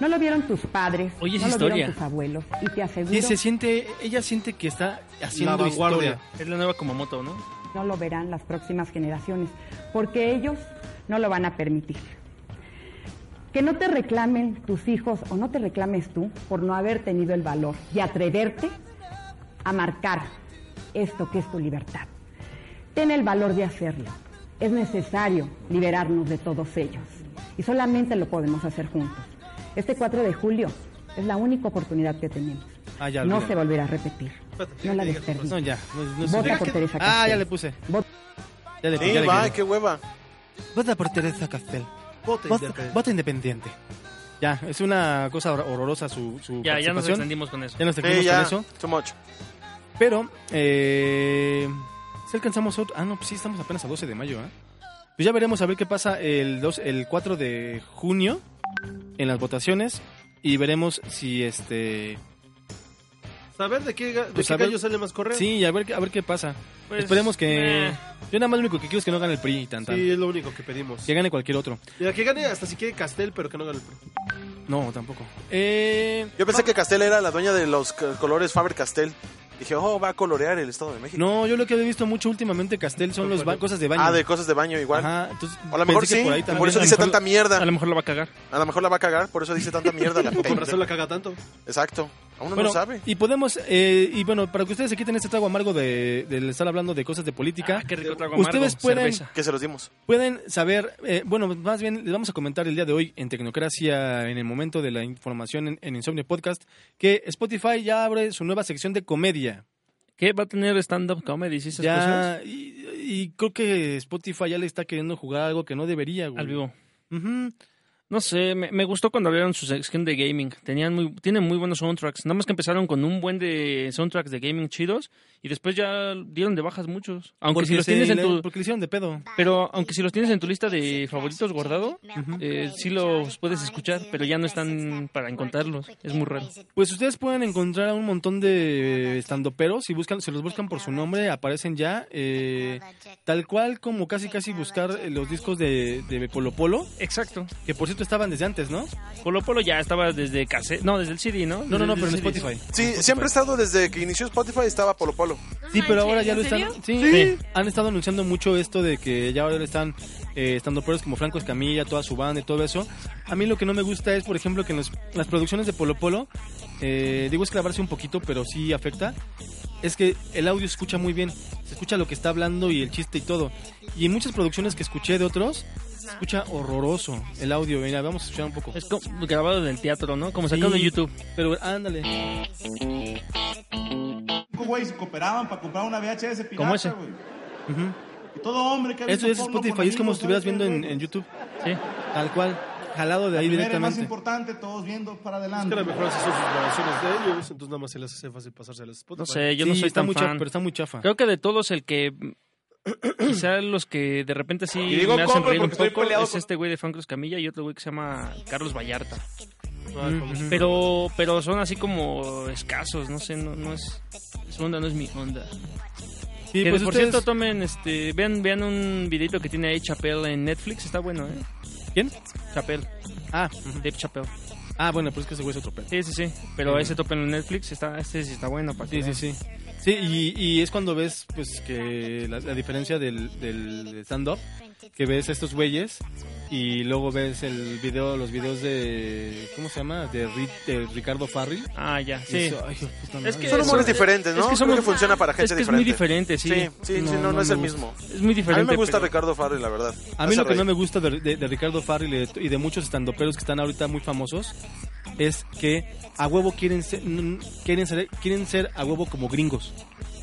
N: No lo vieron tus padres,
A: Hoy es
N: no lo
A: historia.
N: vieron tus abuelos y te aseguro
A: Y se siente. Ella siente que está haciendo
B: La vanguardia.
A: historia. Es la nueva como moto, ¿no?
N: no lo verán las próximas generaciones, porque ellos no lo van a permitir. Que no te reclamen tus hijos o no te reclames tú por no haber tenido el valor y atreverte a marcar esto que es tu libertad. Ten el valor de hacerlo. Es necesario liberarnos de todos ellos y solamente lo podemos hacer juntos. Este 4 de julio es la única oportunidad que tenemos.
A: Ah, ya,
N: no
A: olvídalo.
N: se volverá a repetir. No la desperdicies.
A: No, ya. No, no
N: Vota
A: sé.
N: por Teresa
A: Ah,
N: Castell.
A: ya le puse.
N: Vota-
A: Ya le
E: Sí,
A: puse. ya le
E: va,
A: quedé.
E: qué hueva.
A: Vota por Teresa Castel.
D: Vota
A: Vota
D: independiente.
A: vota independiente. Ya, es una cosa hor- horrorosa su, su
B: Ya, ya nos
A: participación.
B: extendimos con eso.
A: Ya nos
B: Sí,
A: extendimos
B: ya,
A: con eso. Pero, eh, si alcanzamos otro... Ah, no, pues sí, estamos apenas a 12 de mayo, ¿eh? Pues ya veremos a ver qué pasa el, dos- el 4 de junio en las votaciones y veremos si este...
D: Saber de qué, ga- de
A: Pues
D: qué
A: a ver-
D: gallo sale más correo.
A: Sí, a ver, qué- a ver qué pasa.
D: Pues,
A: Esperemos que...
D: eh.
A: Yo nada más lo único que quiero es que no gane el PRI y tanta.
D: Sí, es lo único que pedimos.
A: Que gane cualquier otro.
D: Mira, que gane hasta si quiere Castel, pero que no gane el PRI.
A: No, tampoco.
B: Eh,
E: Yo pensé que Castel era la dueña de los c- colores Faber Castel. Dije, oh, va a colorear el Estado de México.
A: No, yo lo que he visto mucho últimamente, Castel, son los ba- cosas de baño.
E: Ah, de cosas de baño igual.
A: Ajá, entonces,
E: o a lo mejor
A: pensé que
E: sí,
A: por ahí
E: por,
A: también,
E: eso
A: a lo
E: dice
A: mejor-
E: tanta mierda.
B: A lo mejor la va a cagar.
E: A lo mejor la va a cagar, por eso dice tanta
A: *laughs*
E: mierda. la
D: Por
E: gente.
D: eso la caga tanto.
E: Exacto. A uno
A: Bueno,
E: no sabe.
A: Y podemos, eh, y bueno, para que ustedes se quiten este trago amargo de, de estar hablando de cosas de política,
D: Ah,
B: qué rico trago
A: ustedes
B: amargo,
A: pueden,
B: cerveza.
E: Que se los dimos.
A: pueden saber, eh, bueno, más bien les vamos a comentar el día de hoy en Tecnocracia, en el momento de la información en, en Insomnio Podcast, que Spotify ya abre su nueva sección de comedia.
B: ¿Qué va a tener stand-up comedy? ¿Sí esas
A: Ya,
B: cosas?
A: y, y creo que Spotify ya le está queriendo jugar algo que no debería, güey.
B: Al vivo. No sé, me, me gustó cuando abrieron su sección de gaming. Tenían muy, tienen muy buenos soundtracks. Nada más que empezaron con un buen de soundtracks de gaming chidos y después ya dieron de bajas muchos. Aunque
A: Porque
B: si los
A: se
B: tienes en
A: le-
B: tu,
A: Porque le hicieron de pedo.
B: pero aunque si los tienes en tu lista de favoritos guardado, eh, sí los puedes escuchar, pero ya no están para encontrarlos. Es muy raro.
A: Pues ustedes pueden encontrar a un montón de estandoperos si buscan, se los buscan por su nombre, aparecen ya, eh, tal cual como casi casi buscar eh, los discos de, de Polo Polo.
B: Exacto.
A: Que por cierto estaban desde antes, ¿no?
B: Polo Polo ya estaba desde cassette, no, desde el CD, ¿no?
A: No, no, no, pero en
B: Desde el CD.
A: Spotify.
E: Sí, siempre ha estado desde que inició Spotify estaba Polo Polo.
A: Sí, Sí, pero ahora ya
C: ¿en
A: lo están.
C: serio?
A: Sí,
C: Sí.
A: han estado anunciando mucho esto de que ya ahora están eh, estando peores como Franco Escamilla, toda su banda y todo eso. A mí lo que no me gusta es, por ejemplo, que en los- las producciones de Polo Polo, eh, digo es clavarse un poquito, pero sí afecta. Es que el audio se escucha muy bien, se escucha lo que está hablando y el chiste y todo. Y en muchas producciones que escuché de otros, se escucha horroroso el audio. Mira, vamos a escuchar un poco.
B: Es como grabado en el teatro, ¿no? Como sacado
A: Sí,
B: de YouTube.
A: Pero ándale.
K: güey, se cooperaban para comprar una VHS pirata,
A: Como ese.
K: güey.
A: Ujú.
K: Y todo hombre que ha
A: Eso
K: visto
A: es
K: porno con
A: Spotify, es como
K: amigos,
A: si estuvieras
K: ¿sabe qué,
A: viendo en,
K: güey?
A: en YouTube. Sí. Tal cual, jalado de
K: La
A: ahí
K: primera es más
A: directamente.
K: importante, todos viendo para
D: Es
K: adelante.
D: que a lo mejor así son sus grabaciones de ellos, entonces nada más se les hace fácil pasarse a las Spotify.
B: No sé, yo no soy tan fan. Creo que de todos el que... Quizá los que de repente sí
D: Y digo
B: me hacen
D: compro
B: reír un
D: porque estoy
B: poco
D: peleado
B: es
D: con-
B: este güey de Franco Camilla y otro güey que se llama Carlos Vallarta.
D: Ah, el famoso.
B: Pero pero son así como escasos, no sé, no, no es... Su onda no es mi onda.
A: Sí,
B: que
A: pues
B: por
A: ustedes-
B: cierto tomen, este, vean, vean un videito que tiene ahí Chappelle en Netflix, está bueno, ¿eh?
A: ¿Quién?
B: Chappelle.
A: Ah,
B: Dave Chappelle.
A: Ah, bueno, pero es que ese güey es otro pedo.
B: Sí, sí, sí. Pero ese topen en Netflix está, este sí está bueno para que
A: Sí, sí,
B: vean.
A: sí. Sí, y, y es cuando ves pues que la, la diferencia del, del stand-up, que ves estos güeyes y luego ves el video, los videos de, ¿cómo se llama? De, Ri- de Ricardo Farri.
B: Ah, ya,
A: Y
B: sí.
A: eso, ay, hijo de puta madre.
E: Son humores diferentes, ¿no?
B: es que
E: Creo
B: somos-
E: que funciona para gente
B: es que es muy diferente, sí.
E: Sí, sí, sí, no, no,
B: No, no
E: es
B: me
E: el
B: gusta.
E: mismo.
B: Es muy
E: A mí me
B: diferente,
E: gusta
B: pero-
E: Ricardo Farri, la verdad.
A: A mí lo que no me gusta de, de- de Ricardo Farri y de, y de muchos estandoperos que están ahorita muy famosos es que a huevo quieren ser, mm, quieren ser, quieren ser a huevo como gringos.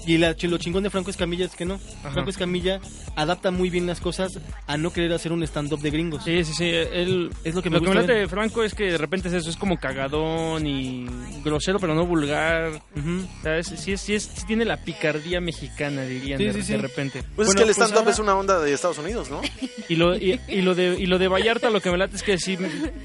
A: Y la, chi- lo chingón de Franco Escamilla es que no.
B: Ajá.
A: Franco Escamilla adapta muy bien las cosas a no querer hacer un stand-up de gringos.
B: Sí, sí, sí. Él,
A: es lo que me
B: Lo que me
A: gusta.
B: late
A: de él.
B: de Franco es que de repente es eso, es como cagadón y grosero, pero no vulgar. ¿Sabes? Sí, es- sí, es- sí tiene la picardía mexicana, dirían,
E: Sí,
B: de,
E: sí, sí.
B: de repente.
E: Pues es que el stand-up es una onda de Estados Unidos, ¿no?
B: Y lo, y, y lo de, y lo de Vallarta, lo que me late es que sí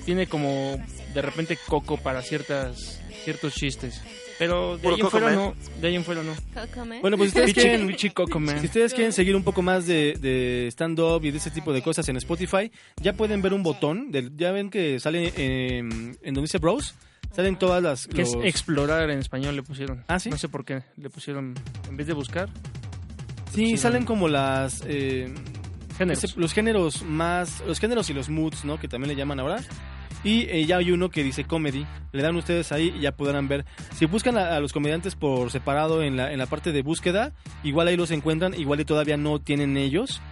B: tiene como de repente coco para ciertas ciertos chistes. Pero de
A: Puro
B: ahí en fuera
A: coco,
B: no. De ahí en fuera no.
C: Cócame.
A: Bueno, pues ustedes
B: Pichi-
A: quieren,
B: pichi coco, man.
A: si ustedes quieren seguir un poco más de, de stand-up y de ese tipo de cosas en Spotify, ya pueden ver un botón. del- ya ven que sale eh, en donde dice Bros. Salen todas las...
B: Que es
A: los-
B: explorar en español le pusieron.
A: Ah, sí.
B: No sé por qué le pusieron en vez de buscar.
A: Sí,
B: pusieron-
A: salen como las... eh,
B: Géneros.
A: ese- los géneros más... Los géneros y los moods, ¿no? Que también le llaman ahora. Y eh, ya hay uno que dice comedy. Le dan ustedes ahí y ya podrán ver. Si buscan a, a los comediantes por separado en la, en la parte de búsqueda, igual ahí los encuentran. Igual y todavía no tienen ellos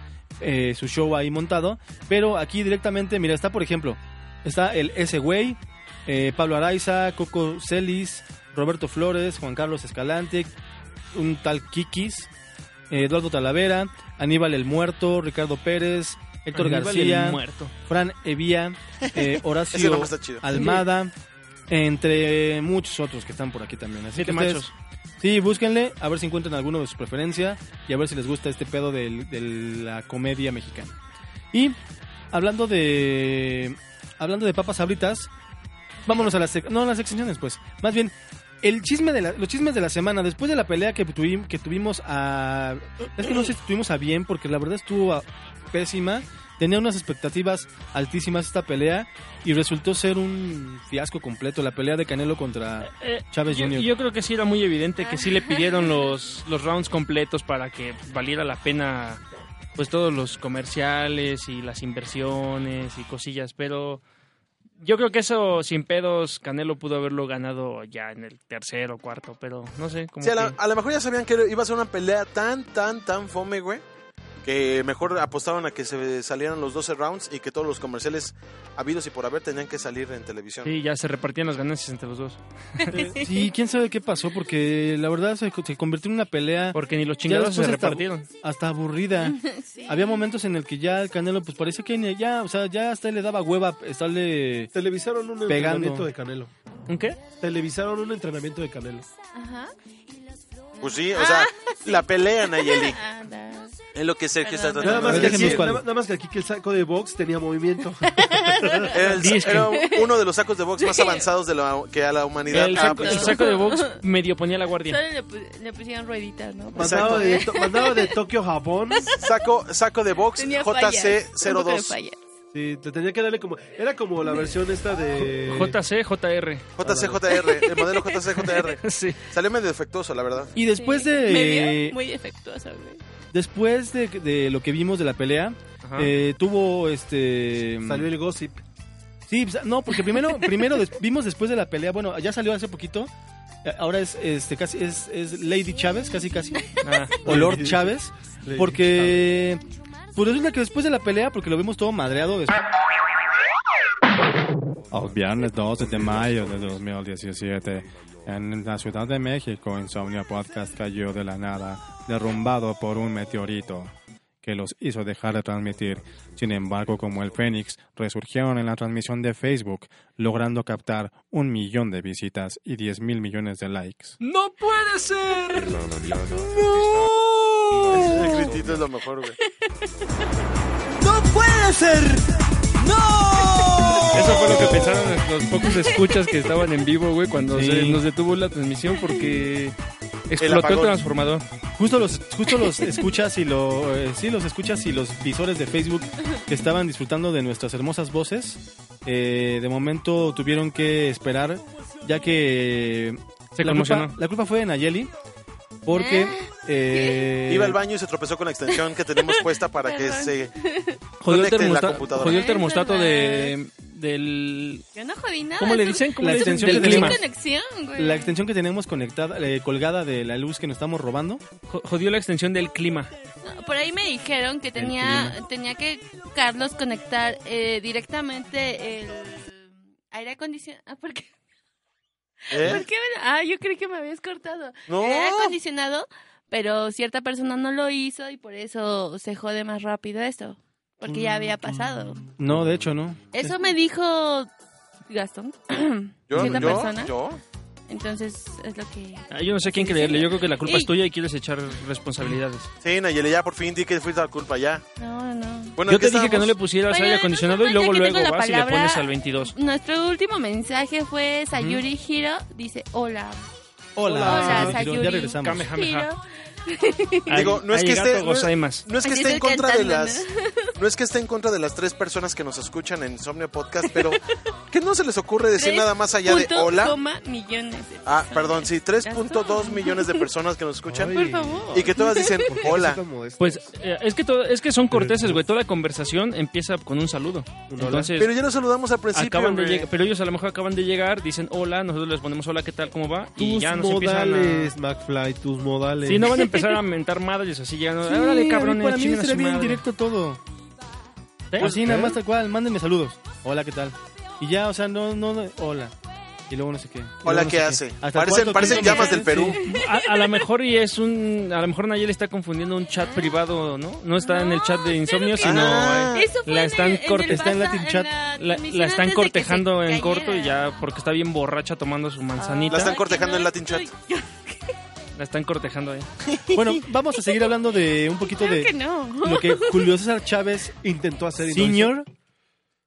A: eh, su show ahí montado. Pero aquí directamente, mira, está por ejemplo, está el ese güey, eh, Pablo Araiza, Coco Celis, Roberto Flores, Juan Carlos Escalante, un tal Kikis, eh, Eduardo Talavera, Aníbal el Muerto, Ricardo Pérez, Héctor
B: Aníbal el
A: García,
B: Muerto.
A: Fran Evia,
B: *laughs*
A: eh,
E: Ese
A: Horacio
E: nombre está chido.
A: Almada, entre muchos otros que están por aquí también. Así
B: Siete
A: que ustedes-
B: machos.
A: Sí, búsquenle, a ver si encuentran alguno de su preferencia y a ver si les gusta este pedo del- de la comedia mexicana. Y hablando de hablando de papas abritas, vámonos a las sec- no a las extensiones pues. Más bien el chisme de la- los chismes de la semana después de la pelea que, tuvi- que tuvimos a es que no sé si tuvimos a bien porque la verdad estuvo a- pésima. Tenía unas expectativas altísimas esta pelea y resultó ser un fiasco completo la pelea de Canelo contra
B: Eh,
A: Chávez
B: yo,
A: Jr.
B: yo creo que sí era muy evidente que sí le pidieron los, los rounds completos para que valiera la pena pues todos los comerciales y las inversiones y cosillas, pero yo creo que eso sin pedos Canelo pudo haberlo ganado ya en el tercer o cuarto, pero no sé, como
E: Sí, a, la-
B: que-
E: a lo mejor ya sabían que iba a ser una pelea tan, tan, tan fome, güey. Que mejor apostaban a que se salieran los 12 rounds y que todos los comerciales habidos y por haber tenían que salir en televisión.
B: sí, ya se repartían las ganancias entre los dos.
A: Eh, Sí, quién sabe qué pasó, porque la verdad se, se convirtió en una pelea.
B: Porque ni los
A: chingados
B: chingados se repartieron.
A: Hasta, aburrida. Había momentos en el que ya el Canelo, pues parece que ni- ya, o sea, ya hasta le daba hueva pues, estarle.
D: Televisaron un entrenamiento
A: pegando.
D: de Canelo.
B: ¿Un *laughs* qué?
D: Televisaron un entrenamiento de Canelo.
C: Ajá.
E: Pues sí, o sea,
C: Ah,
E: *laughs* la
C: *laughs*
E: pelea, Nayeli. Es lo que Sergio está
D: Nada
E: tratando
D: más,
E: de
D: que aquí,
E: decir.
D: nada- nada más que aquí que el saco de box tenía movimiento. *laughs*
E: Era, el-
D: Disque.
E: era uno de los sacos de box más avanzados de la, que a la humanidad. Ah, pues
B: El
E: ha
B: saco, el saco
E: puesto.
C: *laughs*
B: de box medio ponía la guardia.
C: Solo le, pu- le pusieron rueditas, ¿no?
E: Mandado de to- mandado
D: de Tokio, Japón.
E: Saco, saco de box
C: Tenía
E: JC02.
C: fallas.
D: Sí, Sí, te tenía que darle como. Era como la versión esta
B: Eh.
D: de.
B: JCJR.
E: JCJR, el modelo
B: *laughs*
E: JCJR. Salió medio defectuoso, la verdad.
A: Y después de.
C: Medio, *laughs* muy defectuosa, güey.
A: Después de, de lo que vimos de la pelea,
C: Ajá.
A: eh, tuvo este.
D: Salió el gossip.
A: Sí, pues, no, porque primero, primero des- vimos después de la pelea, bueno, ya salió hace poquito. eh, Ahora es este casi es, es Lady Chávez, casi casi. O Lord Chávez.
D: Ah. Lady
A: Porque. Pues resulta que después de la pelea, porque lo vimos todo madreado. Después... Oh,
O: viernes
A: este
O: 12 de mayo de 2017, en la Ciudad de México, Insomnia Podcast cayó de la nada, derrumbado por un meteorito que los hizo dejar de transmitir. Sin embargo, como el Fénix, resurgieron en la transmisión de Facebook, logrando captar un millón de visitas y 10 mil millones de likes.
B: ¡No puede ser!
E: El gritito es lo mejor, güey.
P: ¡No puede ser! ¡No!
B: Eso fue lo que pensaron los pocos escuchas que estaban en vivo, güey, cuando
A: Sí.
B: se- nos detuvo la transmisión porque
A: El
B: explotó el,
A: apagón.
B: transformador.
A: Justo los, justo los escuchas y lo, eh, sí, los escuchas y los visores de Facebook que estaban disfrutando de nuestras hermosas voces, eh, de momento tuvieron que esperar, ya que
B: Se
A: la, culpa,
B: conmocionó.
A: la culpa fue de Nayeli, porque eh,
E: Iba al baño y se tropezó con la extensión que tenemos puesta para que se
B: Jodió el,
E: conecte en la
B: termosta-
E: computadora.
B: jodió el termostato de, del...
C: Yo no jodí nada.
B: ¿Cómo le
C: tú-
B: dicen? ¿Cómo
A: La
B: le dicen?
A: extensión
B: Del
A: que
B: clima.
A: tenemos.
C: conexión, güey.
A: la extensión que tenemos conectada, eh, colgada de la luz que nos estamos robando,
B: Jo- Jodió la extensión del clima.
C: No, Por ahí me dijeron que tenía, tenía que Carlos conectar eh, directamente el aire acondicionado. Ah, ¿por qué?
E: ¿Eh?
C: ¿Por qué me- Ah, yo creí que me habías cortado.
E: No.
C: El aire acondicionado, pero cierta persona no lo hizo y por eso se jode más rápido esto. Porque ya había pasado.
E: Mm.
A: no, de hecho no.
C: Eso me dijo Gastón.
B: ¿Yo?
C: Cierta
B: ¿Yo?
C: persona.
E: ¿Yo?
C: Entonces es lo que...
B: Ah, yo no sé a quién creerle, yo creo que la culpa
C: Ey.
B: es tuya y quieres echar responsabilidades.
E: Sí, Nayeli, ya por fin di que fuiste la culpa, ya.
C: No, no.
E: Bueno,
B: yo
E: ¿en qué
B: te dije que no
E: estábamos?
B: le pusieras
C: Bueno,
B: aire
C: no
B: acondicionado y
C: se
B: luego
C: cuenta que
B: luego
C: tengo la
B: vas y le
C: palabra.
B: pones al 22.
C: Nuestro último mensaje fue Sayuri Hiro. Dice, hola.
B: Hola,
C: Hola,
B: Sayuri
C: Sayuri.
B: Hiro. Ya regresamos. Kamehameha.
C: *laughs* Hiro.
E: Digo, no es que
B: Arigato
E: esté no es-
B: gozaimasu.
E: no es que
C: Así
E: esté en
C: estoy
E: contra de
C: cantando,
E: las no es que esté en contra de las tres personas que nos escuchan en Somnio Podcast,
C: *laughs*
E: pero que no se les ocurre decir
C: Tres
E: nada más allá de
C: punto
E: hola.
C: coma millones. de-
E: Ah, perdón, sí, 3.2 millones de personas que nos escuchan.
C: Por favor.
E: Y que
C: *laughs*
B: *laughs*
E: todas dicen hola.
B: Pues eh, es que todo, es que son corteses, güey. Toda la conversación empieza con un saludo. Entonces,
E: Pero ya nos saludamos al principio.
B: acaban de
E: güey.
B: lleg- pero ellos a lo mejor acaban de llegar, dicen hola, nosotros les ponemos hola, ¿qué tal? ¿Cómo va? Y
D: Tus
B: ya nos empiezan a...
D: modales, McFly, tus modales.
B: Sí, no van a empezar
D: *laughs*
B: a mentar madres así ya.
A: Sí,
B: No,
A: a
B: órale,
A: mí-
B: cabrones,
A: para mí
B: chinguen a
A: sería
B: su
A: bien
B: madre".
A: directo todo.
B: ¿Eh?
A: Así
B: ¿Eh?
A: nada más tal cual, mándenme saludos. Hola, ¿qué tal? Y ya, o sea, no, no, no, hola. Y luego no sé qué. Y luego
E: Hola,
A: no
E: ¿qué
A: sé
E: hace?
A: Hasta
E: Parecen-
A: cuatro,
E: parecen
A: cinco
E: llamas del
A: mensajes,
E: Perú.
A: sí.
B: A, a lo mejor y es un... A lo mejor Nayel está confundiendo un chat privado, ¿no? No está en el
C: Ah,
B: chat de Insomnio, sino...
E: Ah.
B: eh,
C: Eso fue
B: la
C: en
B: están
C: el- en
B: corte-
C: el
B: está en
C: Baza,
B: Latin
C: en
B: chat.
C: la
B: La,
C: transmisión
B: la
C: antes
B: están
C: de que se
B: cortejando en
C: cayera. Ah.
B: corto y ya porque está bien borracha tomando su manzanita.
E: La están cortejando en Latin Chat.
B: La están
C: *laughs*
B: cortejando ahí.
A: Bueno, vamos a seguir hablando de un poquito de
C: que no.
A: lo que
C: *laughs*
A: Julio César Chávez intentó hacer.
D: y no
A: Senior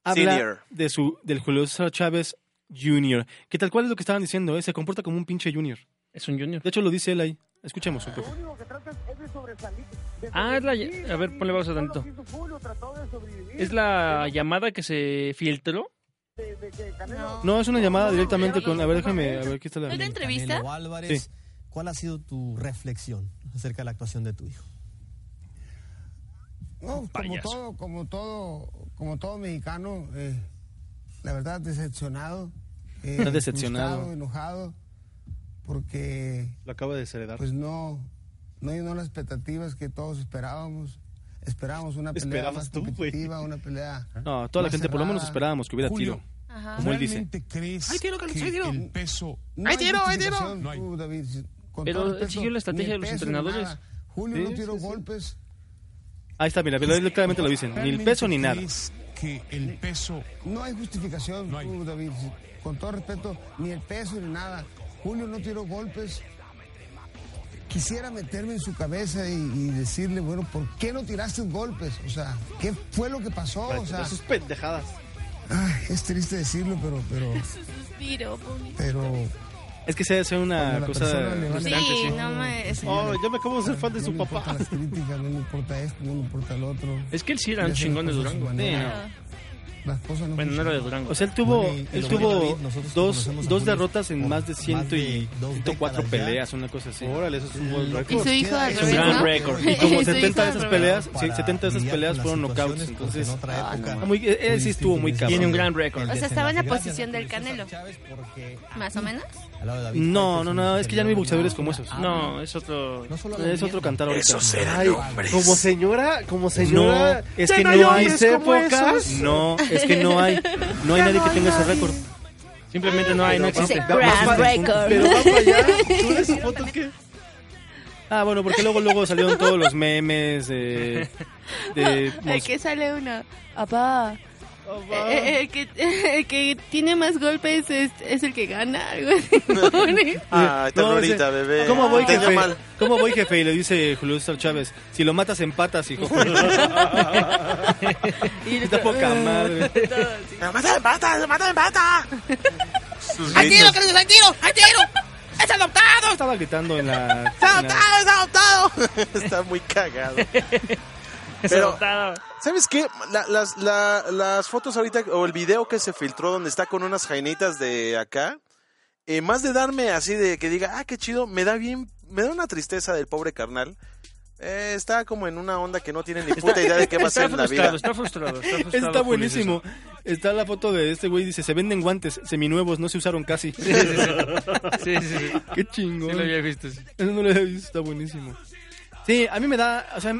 A: habla
E: Senior.
A: de su, del Julio César Chávez Junior, que tal cual es lo que estaban diciendo, ¿eh? se comporta como un pinche junior.
B: Es un junior.
A: De hecho, lo dice él ahí. Escuchemos un poco.
B: Ah, es la... ll- A ver, ponle pausa tantito. Es la llamada que se filtró.
A: No, es una llamada directamente con... A ver, déjame... A ver, aquí está la...
P: Canelo Álvarez, ¿cuál ha sido tu reflexión acerca de la actuación de tu hijo?
Q: No, como todo, como todo, como todo mexicano, eh, la verdad decepcionado, eh,
A: Está decepcionado.
Q: frustrado, enojado, porque
A: Lo acabo de desheredar.
Q: pues no, no llenó las expectativas que todos esperábamos. Esperábamos una pelea
A: Esperabas
Q: más
A: tú, güey.
Q: competitiva, una pelea.
A: No, toda la
Q: más
A: gente, por lo menos
Q: cerrada.
A: esperábamos que hubiera tiro.
Q: Ajá.
A: Como él dice.
Q: crees que el
P: peso...
Q: No
P: ¡Hay tiro, hay
Q: justificación,
P: tiro!
Q: tú, David, si- con
B: Pero
Q: todo
B: él
Q: respeto,
B: siguió la estrategia
Q: ni
B: de
Q: el
B: los
Q: peso ni
B: entrenadores.
Q: nada. Julio
B: Sí,
Q: no tiró golpes.
A: Ahí está, mira, pero claramente lo dicen. Ni el peso ni nada.
Q: que el peso. No hay justificación, tú, David. si- Con todo respeto, ni el peso ni nada. Julio no tiró golpes. Quisiera meterme en su cabeza y, y decirle, bueno, ¿por qué no tiraste golpes? O sea, ¿qué fue lo que pasó? O
A: pues
Q: sea,
D: sus pendejadas.
Q: ay, es triste decirlo, pero, pero,
C: Suspiro, pobre.
Q: pero
A: Es que se debe ser una
Q: Cuando la
A: cosa...
Q: persona le vale-
A: frustrante,
C: Sí, no me- sí.
A: Ay, Oh, yo me acabo de ser fan de
Q: no
A: su
Q: Oh, me
A: papá.
Q: importan las críticas, no me importa esto, no me importa el otro.
B: Es que él sí era un
Q: Ya se
A: pues,
B: chingón de
Q: las cosas
C: Ah.
B: Durango. ¿eh?
Q: a su manera.
P: las cosas no
B: Bueno, no era de
P: funcionaban.
B: Durango.
A: O sea, él tuvo,
P: Bueno, y- y
A: él
P: lo
A: tuvo
P: bueno, David, nosotros
A: dos,
P: conocemos a
A: dos
P: Julio
A: derrotas en
P: por
A: más de ciento y
P: dos
A: 104
P: décadas ya.
A: peleas, una cosa así.
D: Órale, eso es un buen récord.
C: Mm. Y su hijo al
A: Es un
C: revés,
A: gran
C: ¿no? *laughs*
A: récord.
C: Y
A: Y como
C: su
A: 70 de
C: hijo
A: esas
C: al
A: peleas,
C: revés.
A: sí, 70 de esas peleas fueron knockouts.
P: pues,
A: Entonces, ah, no, muy- él sí estuvo muy cabrón.
B: Tiene un gran récord.
C: O sea, estaba en la posición del Canelo. Más o menos.
A: No, no, no, es que ya no hay boxeadores como esos.
B: No, es otro.
A: Es otro cantar ahorita.
D: Ay, como señora, como señora.
A: No, es que
D: ¿Ya
A: no
D: hay
A: hay
D: mis épocas.
A: No, es que no hay. No hay
D: Ya
A: nadie que
D: no
A: tenga ese
D: hay
A: récord.
B: Simplemente no hay, no
A: Pero va-
B: existe.
A: va- va- va- pero va para
D: *laughs*
A: allá. ¿Tú ves esa foto qué? Ah, bueno, porque luego luego salieron todos los memes
C: *laughs*
A: de de
C: El que sale uno. Apá. Eh, eh, el, que, *laughs* el que tiene más golpes es, es el que gana. algo
E: *laughs*
C: así.
E: Ay, ternurita,
A: dice,
E: Ah, bebé.
A: ¿Cómo voy,
E: Te
A: jefe?
E: llaman.
A: ¿Cómo voy, jefe? Y le dice Julio César Chávez, si lo matas en patas,
E: *laughs*
A: hijo. *laughs* Está poca madre.
E: ¡Mata de pata! ¡Mata de pata!
A: ¡Hay tiro,
E: queridos! ¡Hay tiro! ¡Hay tiro! ¡Es adoptado!
A: Estaba gritando en
E: Ah,
A: la... en la-
E: ¡Adoptado! ¡Es adoptado! *laughs* Está muy
B: *laughs*
E: cagado. Pero, ¿sabes qué? La- las, la- las fotos ahorita, o el video que se filtró donde está con unas jainitas de acá, eh, más de darme así de que diga, ah, qué chido, me da bien, me da una tristeza del pobre carnal. Eh, está como en una onda que no tiene ni puta idea de qué va
B: *laughs*
E: a
B: Está
E: ser en la vida.
B: frustrado, está frustrado, está frustrado.
A: Está
B: Julio
A: buenísimo. Está la foto de este güey, dice, se venden guantes seminuevos, no se usaron casi. *laughs*
B: Sí, sí, sí.
A: Qué chingón.
B: Sí lo había visto, sí.
A: Eso no lo había visto, está buenísimo. Sí, a mí me da, o sea...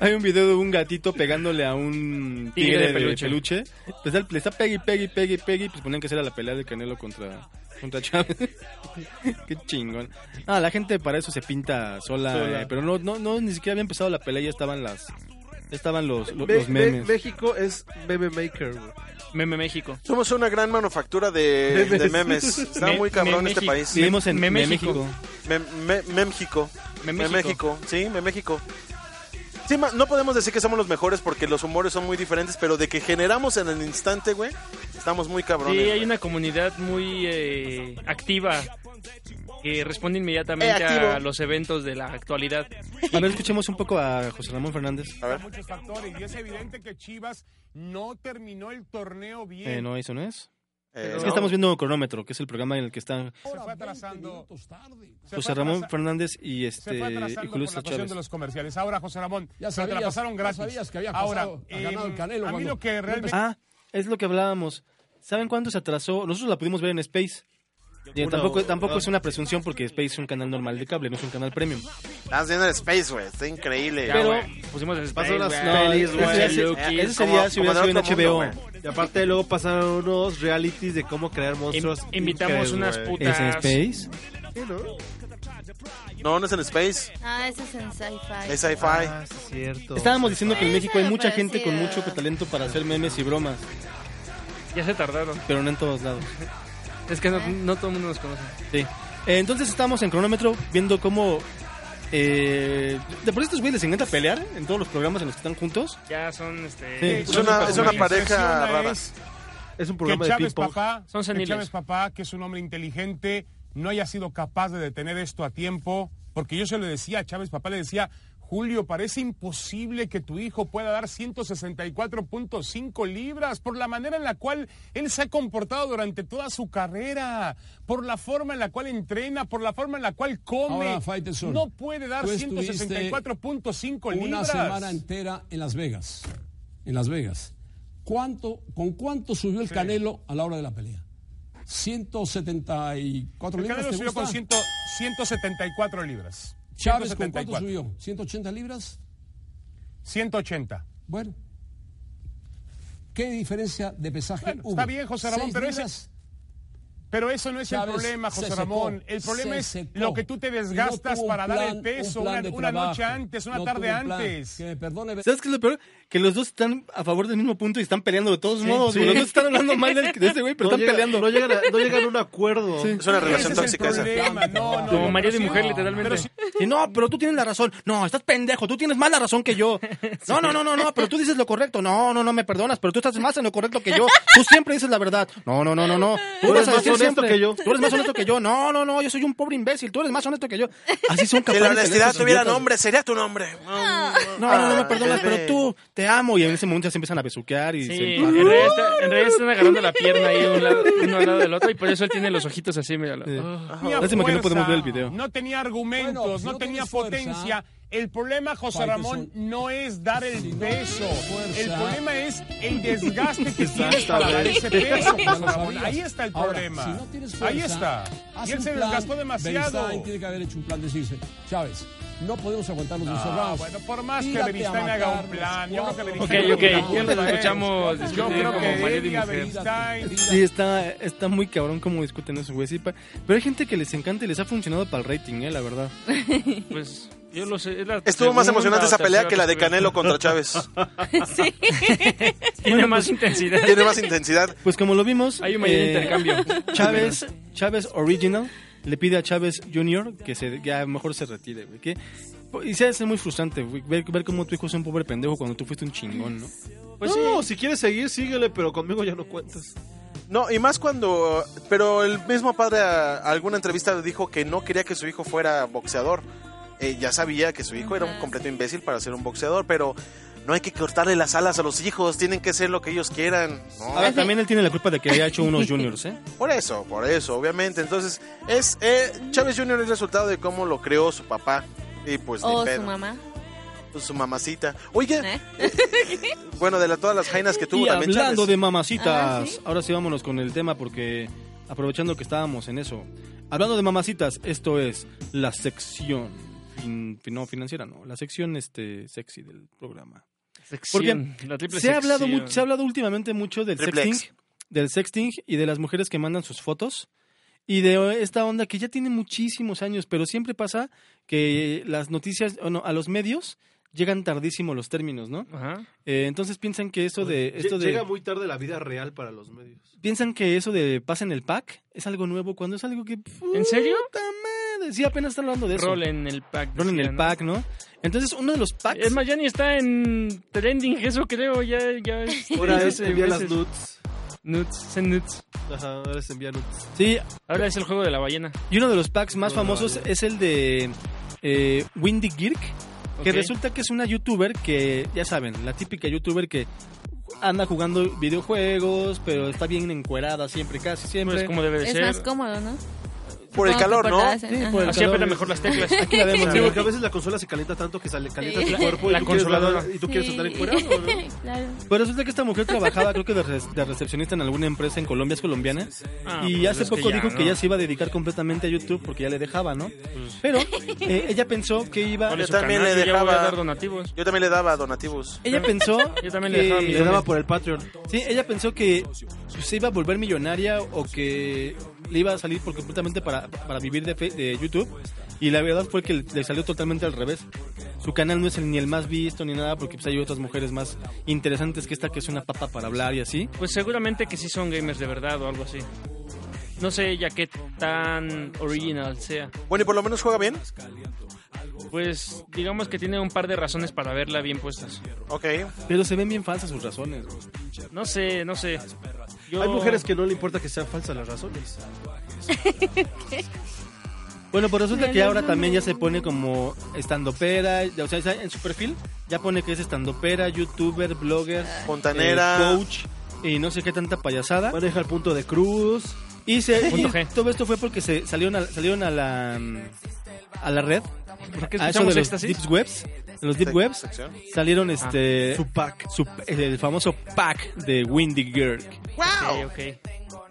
A: Hay un video de un gatito pegándole a un
B: Tigre
A: tigre
B: de
A: de
B: peluche.
A: peluche. Le está- Le está pegue, y pegue, y pegue, y pegue. y Pues ponían que hacer a la pelea de Canelo contra, contra Chávez. *laughs* Qué chingón. Ah, la gente para eso se pinta sola.
D: Sola.
A: eh, pero no, no, no, ni siquiera había empezado la pelea. Ya estaban las. Ya estaban los, lo- los,
D: Me- me-
A: memes.
D: México es meme maker, güey.
B: Meme México.
E: Somos una gran manufactura de
D: Memes.
E: de memes. Está
B: Me-
E: muy cabrón
B: me-
E: este
B: México.
E: país.
A: Vivimos en
B: Meme
A: México.
E: Me- me- Memjico.
B: Meméxico.
E: Meméxico. Sí, Meméxico. Sí, ma- no podemos decir que somos los mejores porque los humores son muy diferentes, pero de que generamos en el instante, güey, estamos muy cabrones.
B: Sí, hay una comunidad muy eh, activa que responde inmediatamente
E: Eh, activo.
B: a los eventos de la actualidad.
A: A ver, escuchemos un poco a José Ramón Fernández.
R: muchos factores y es evidente que Chivas no terminó el torneo bien.
A: Eh, no, eso no es.
R: Eh,
A: es que
R: no.
A: estamos viendo Cronómetro, que es el programa en el que están
R: Se fue atrasando. Se
A: José
R: fue
A: Ramón
R: atrasa-
A: Fernández y
R: se
A: este
R: fue
A: y
R: atrasando
A: Julio
R: por la
A: César
R: cuestión
A: Chávez.
R: de los comerciales. Ahora, José Ramón,
A: Ya
R: se la
A: sabías,
R: pasaron
A: ya
R: gratis.
A: sabías
R: que había Ahora,
A: ganado
R: eh, A mí lo que realmente...
A: Ah, es lo que hablábamos. ¿Saben cuánto se atrasó? Nosotros la pudimos ver en Space. Digo,
E: Una
A: tampoco
E: o-
A: tampoco es una presunción porque Space es un canal normal de cable, no es un canal premium.
E: Estás viendo el Space, güey. Está increíble.
A: Pero-
E: güey.
B: Pusimos el
E: Pasó
B: Space,
E: las
B: güey.
E: pelis,
B: Ese-
E: güey.
B: ese-
E: Eh,
A: ese sería
E: como-
A: si hubiera
E: como
A: sido
E: de otro
A: en
E: mundo,
A: HBO.
E: güey.
D: Y aparte luego pasaron unos realities de cómo crear monstruos.
B: invitamos
D: increíbles,
B: unas
D: güey.
B: putas.
A: ¿Es en Space?
E: No, no es en Space.
C: Ah, eso es en sci-fi.
E: Es sci-fi.
D: cierto.
A: Estábamos diciendo que en México hay mucha gente con
C: Desaparecido.
A: mucho talento para hacer memes y bromas,
B: Ya se tardaron.
A: pero no en todos lados.
B: *laughs* Es que no, no todo el mundo nos conoce.
A: Sí. Eh, Entonces estamos en cronómetro viendo cómo... Eh, de por estos güeyes les encanta pelear en todos los programas en los que están juntos.
B: Ya son este.
A: Sí.
R: Es Eh, una- es una pareja rara.
D: Es un
R: que
A: programa de
R: Chávez
A: ping-pong.
R: papá,
A: Son
R: que
A: seniles.
R: Chávez papá, que es un hombre inteligente, no haya sido capaz de detener esto a tiempo, porque yo se lo decía a Chávez papá, le decía, Julio, parece imposible que tu hijo pueda dar 164.5 libras por la manera en la cual él se ha comportado durante toda su carrera, por la forma en la cual entrena, por la forma en la cual come.
S: Ahora, Faitelson,
R: no puede dar
S: tú estuviste
R: 164.5
S: Una
R: libras.
S: semana entera en Las Vegas. En Las Vegas. ¿Cuánto, ¿Con cuánto subió el Canelo a la hora de la pelea? 174
R: El
S: libras.
R: Canelo
S: ¿te
R: subió con
S: gusta?
R: 100 174 libras.
S: Chávez, ¿con cuánto
R: 174.
S: subió? ¿180 libras?
R: 180.
S: Bueno. ¿Qué diferencia de pesaje
R: Bueno,
S: hubo?
R: está bien, José Ramón,
S: Seis
R: pero ese-
S: libras.
R: Pero eso no es
S: Chávez
R: el problema,
S: se
R: José
S: secó,
R: Ramón. El problema
S: se
R: es
S: secó.
R: lo que tú te desgastas
S: Y no tuvo
R: para
S: un
R: dar el
S: plan-
R: peso
S: un plan
R: una,
S: de
R: una
S: trabajo.
R: noche antes, una
S: No
R: tarde
S: tuvo un plan.
R: antes.
S: Que me perdone,
A: ¿Sabes qué es lo peor? Que los dos están a favor del mismo punto y están peleando de todos
D: Sí,
A: modos.
D: sí.
A: güey. Los dos están hablando mal del- de este güey, pero
D: No
A: están
D: llega-
A: peleando.
D: No llegan, a, no llegan a un acuerdo.
A: Sí.
E: Es una relación
D: Ese es el
E: tóxica esa.
D: problema,
R: No, no,
B: Como
R: no,
B: marido
R: pero
B: y mujer,
R: sí-
B: literalmente.
R: Pero sí,
A: Sí, no, pero tú tienes la razón. No, estás pendejo, tú tienes más la razón que yo. No, no, no, no, no, pero tú dices lo correcto. No, no, no me perdonas, pero tú estás más en lo correcto que yo. Tú siempre dices la verdad. No, no, no, no, no.
D: Tú eres más honesto que yo.
A: Tú eres más honesto que yo. No, no, no, yo soy un pobre imbécil. Tú eres más honesto que yo. Así Ah, son
E: Si
A: capaces.
E: la
A: de ser
E: honestidad
A: esos
E: tuviera
A: idiotas.
E: nombre, sería tu nombre. No,
A: No, no, no me perdonas, pero tú te amo. Y en ese momento ya se empiezan a besuquear y
B: Sí,
A: se
B: en realidad, está- en realidad están agarrando la pierna ahí un lado- uno al lado del otro y por eso él tiene los ojitos así, míralo.
R: Ni a
B: Ah.
R: fuerza, No tenía argumentos,
S: Bueno, si
R: no,
S: no
R: tenía
S: tienes fuerza,
R: potencia. El problema, José
S: Falte
R: Ramón, no es dar el peso.
S: fuerza.
R: el problema es el desgaste que
S: Exacto,
R: tienes para dar
S: güey.
R: ese peso,
S: Ya lo
R: José Ramón.
S: sabías.
R: Ahí está el
S: Ahora,
R: problema.
S: si no tienes
R: Ahí
S: fuerza,
R: está.
S: haz
R: Y él
S: un
R: se
S: plan,
R: desgastó demasiado.
S: Beristain tiene que haber hecho un plan, decirse, Chávez, no podemos aguantarnos
R: No,
S: encerrados.
R: Ah, bueno, por más que
S: Tírate a
R: Beristain haga un
S: matarnos,
R: plan, yo creo que
S: cuatro,
B: Ok,
S: cinco,
B: ok,
S: cuatro,
B: ya nos
S: cuatro,
B: escuchamos
S: cuatro,
B: discutir
S: cuatro,
B: como
S: cuatro,
B: marido y
S: cuatro,
B: mujer.
S: Beristain,
A: Sí, está, está muy cabrón cómo discuten eso, güey. Sí, pa- pero hay gente que les encanta y les ha funcionado para el rating, eh, la verdad.
B: Pues yo lo sé. es la
E: Estuvo más
B: segunda
E: emocionante
B: o
E: esa pelea
B: tercera
E: que la de
B: tuvimos. *laughs*
E: Canelo contra Chávez.
C: Sí.
A: *laughs*
B: Tiene más intensidad.
E: pues, *laughs* Tiene más intensidad.
A: Pues como lo vimos, eh,
B: Hay un mayor intercambio.
A: Chávez, Chávez Original le pide a Chávez Jr. que se, ya mejor se retire, güey. que- Y se hace muy frustrante güey, ver, ver cómo tu hijo es un pobre pendejo cuando tú fuiste un chingón, ¿no?
D: no, si quieres seguir, síguele, pero conmigo ya no cuentas.
E: No, y más cuando. Pero el mismo padre a, a alguna entrevista dijo que no quería que su hijo fuera boxeador. Eh, ya sabía que su hijo era un completo imbécil para ser un boxeador, pero no hay que cortarle las alas a los hijos, tienen que ser lo que ellos quieran. ¿no?
A: Ahora, Ah, también él tiene la culpa de que haya hecho unos juniors, ¿eh?
E: Por eso, por eso, obviamente. Entonces, es eh, Chávez Jr. es resultado de cómo lo creó su papá. Y pues ni
C: O Oh, su
E: pedo.
C: mamá. ¿Eh?
E: Pues, su mamacita. Oye, *laughs* bueno, de la- todas las jainas que tuvo
A: Y
E: también
A: hablando
E: Chávez.
A: de mamacitas,
E: Ah, ¿sí?
A: ahora sí vámonos con el tema porque aprovechando que estábamos en eso. Hablando de mamacitas, esto es la sección fin- fin- no financiera, no, la sección este sexy del programa.
B: Sección,
A: Porque
B: la triple
A: se ha hablado
B: sección.
A: mu- se ha hablado últimamente mucho del
B: Triple
A: sexting, del sexting y de las mujeres que mandan sus fotos. Y de esta onda que ya tiene muchísimos años, pero siempre pasa que las noticias, o no, a los medios llegan tardísimo los términos, ¿no? Eh, entonces piensan que eso
B: Eh,
A: de... Esto de
D: Llega muy tarde la vida real para los medios.
A: piensan que eso de pasen el pack es algo nuevo cuando es algo que...
B: ¿En serio?
A: puta madre, Sí, apenas están hablando de eso.
B: Rol en el pack.
A: Rol en el
B: decían.
A: pack, ¿no? Entonces, uno de los packs...
B: Es más, ya ni está en trending, eso creo, ya, ya
E: *laughs*
B: es... este,
D: Ahora es enviar las
B: veces.
D: nudes.
B: Nudes, send nudes.
D: Ajá, ahora es enviar nudes.
A: Sí.
B: Ahora es el juego de la ballena.
A: Y uno de los packs más
B: No, no,
A: famosos
B: no.
A: es el de eh, Windy Girk, que
B: Ok.
A: resulta que es una youtuber que, ya saben, la típica youtuber que anda jugando videojuegos, pero está bien encuerada siempre, casi siempre.
B: Pues como debe de
C: Es más cómodo, ¿no?
A: Por el
C: Supongo que
A: calor, ¿no?
C: las-
A: Sí,
C: ajá.
A: por el
B: Así aprieta mejor las teclas.
A: Aquí la vemos.
D: Sí, porque a veces la consola se calienta tanto que sale, calienta
C: Sí.
D: tu cuerpo
A: La
D: y, tú quieres,
A: consoladora.
D: dar- y tú quieres
C: Sí.
D: estar encuerado, ¿no?
C: *laughs* Claro.
A: Pues resulta que esta mujer trabajaba, creo que de, re- de recepcionista en alguna empresa en Colombia, es colombiana.
B: Ah,
A: y
B: pues
A: hace
B: es que
A: poco
B: ya,
A: dijo
B: ¿no? Mm.
A: que ya se iba a dedicar completamente a YouTube porque ya le dejaba, ¿no? Pero eh, ella pensó que iba.
E: Yo también le dejaba.
B: donativos.
E: Yo también le daba donativos.
A: Ella
B: *laughs*
A: *laughs* pensó. que-
D: el Patreon.
A: Sí, ella pensó que pues, se iba a volver millonaria o que le iba a salir por completamente para, para vivir de, fe- de YouTube. Y la verdad fue que le salió totalmente al revés. Su canal no es el, ni el más visto ni nada porque pues, hay otras mujeres más interesantes que esta que es una papa para hablar y así.
B: Pues seguramente que sí son gamers de verdad o algo así. No sé ya qué tan original sea.
E: Bueno, y por lo menos juega bien.
B: Pues digamos que tiene un par de razones para verla bien puestas.
E: Ok.
A: Pero se ven bien falsas sus razones.
B: No sé, no sé. Yo-
D: Hay mujeres que no le importa que sean falsas
B: *laughs*
D: las razones.
A: Bueno, pues resulta que ahora también ya se pone como estandopera, o sea, en su perfil ya pone que es estandopera, youtuber, blogger,
D: Ah.
E: Fontanera.
A: eh, coach y no sé qué tanta payasada.
D: Maneja el punto de cruz.
A: Y, se,
B: Punto
A: y
B: G.
A: todo esto fue porque se salieron a, salieron a la mm, a la red,
B: ¿Por qué
A: a eso
B: escuchamos
A: de los
B: éxtasis?
A: deep webs, de los deep
B: Sec-
A: webs,
B: sección.
A: salieron este
B: Ah. Su
A: pack, el famoso pack de Windy Girl,
B: Ok, ok.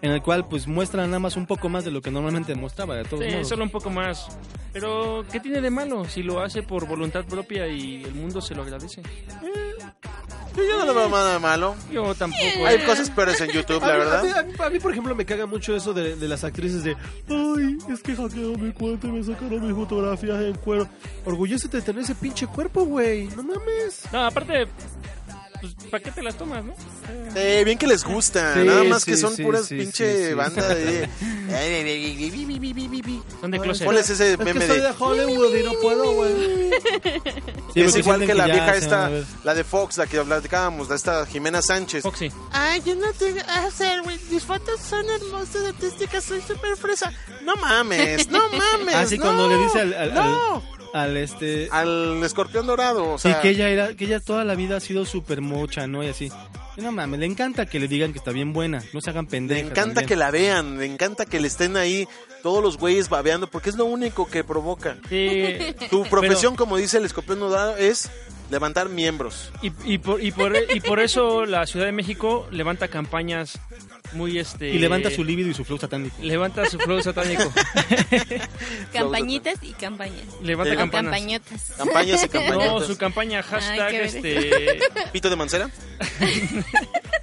A: en el cual pues muestran nada más un poco más de lo que normalmente mostraba de todos
B: Sí,
A: modos.
B: solo un poco más. Pero, ¿qué tiene de malo si lo hace por voluntad propia y el mundo se lo agradece?
E: Yo, yo no le veo nada de malo.
B: Yo tampoco. eh.
E: Hay cosas peores en YouTube,
D: A
E: la
D: mí-
E: verdad.
D: A mí, a mí- a mí, por ejemplo, me caga mucho eso de, de las actrices de Ay, es que hackearon mi cuenta y me sacaron mis fotografías en cuero. Orgullósete de tener ese pinche cuerpo, güey. No mames.
B: No, aparte, pues, ¿para qué te las tomas, no?
E: Sí, bien que les gusta.
B: Sí,
E: Nada más
B: sí,
E: que son
B: sí,
E: puras
B: sí,
E: pinche
B: *laughs* sí, sí.
E: banda *laughs* de.
B: Son de closet.
E: ¿Cuál es ese meme de.?
D: Hollywood y no puedo, güey.
E: es
D: porque
E: pues igual
D: pues, sienten
E: que la
D: que ya
E: vieja
D: se van
E: esta,
D: a ver.
E: la de Fox, la que platicábamos, la esta Jimena Sánchez.
T: Ay, yo no tengo. A hacer, güey. Mis fotos son hermosas, artísticas, soy súper fresa. No mames, no mames.
A: Así
T: no,
A: cuando le dice al, al, al-
T: no.
A: al, este
E: al escorpión dorado, o sea-
A: sí, que ella era que ella toda la vida ha sido súper mocha, ¿no? Y así. Y No mames, le encanta que le digan que está bien buena, no se hagan
E: Le
A: pendejas.
E: encanta que la vean, le encanta que le estén ahí todos los güeyes babeando, porque es lo único que provoca. Tu profesión, como dice el escorpión dorado, es levantar miembros.
B: Y, y por, y, por, y por eso la Ciudad de México levanta campañas muy este
A: Y levanta su líbido y su flow satánico.
B: levanta su flow satánico
C: Campañitas y campañas.
B: levanta
C: O
B: campañas
C: campañotas.
B: *laughs* no su campaña hashtag
C: Ay, qué ver-
B: este
E: *laughs* ¿Pito de mancera?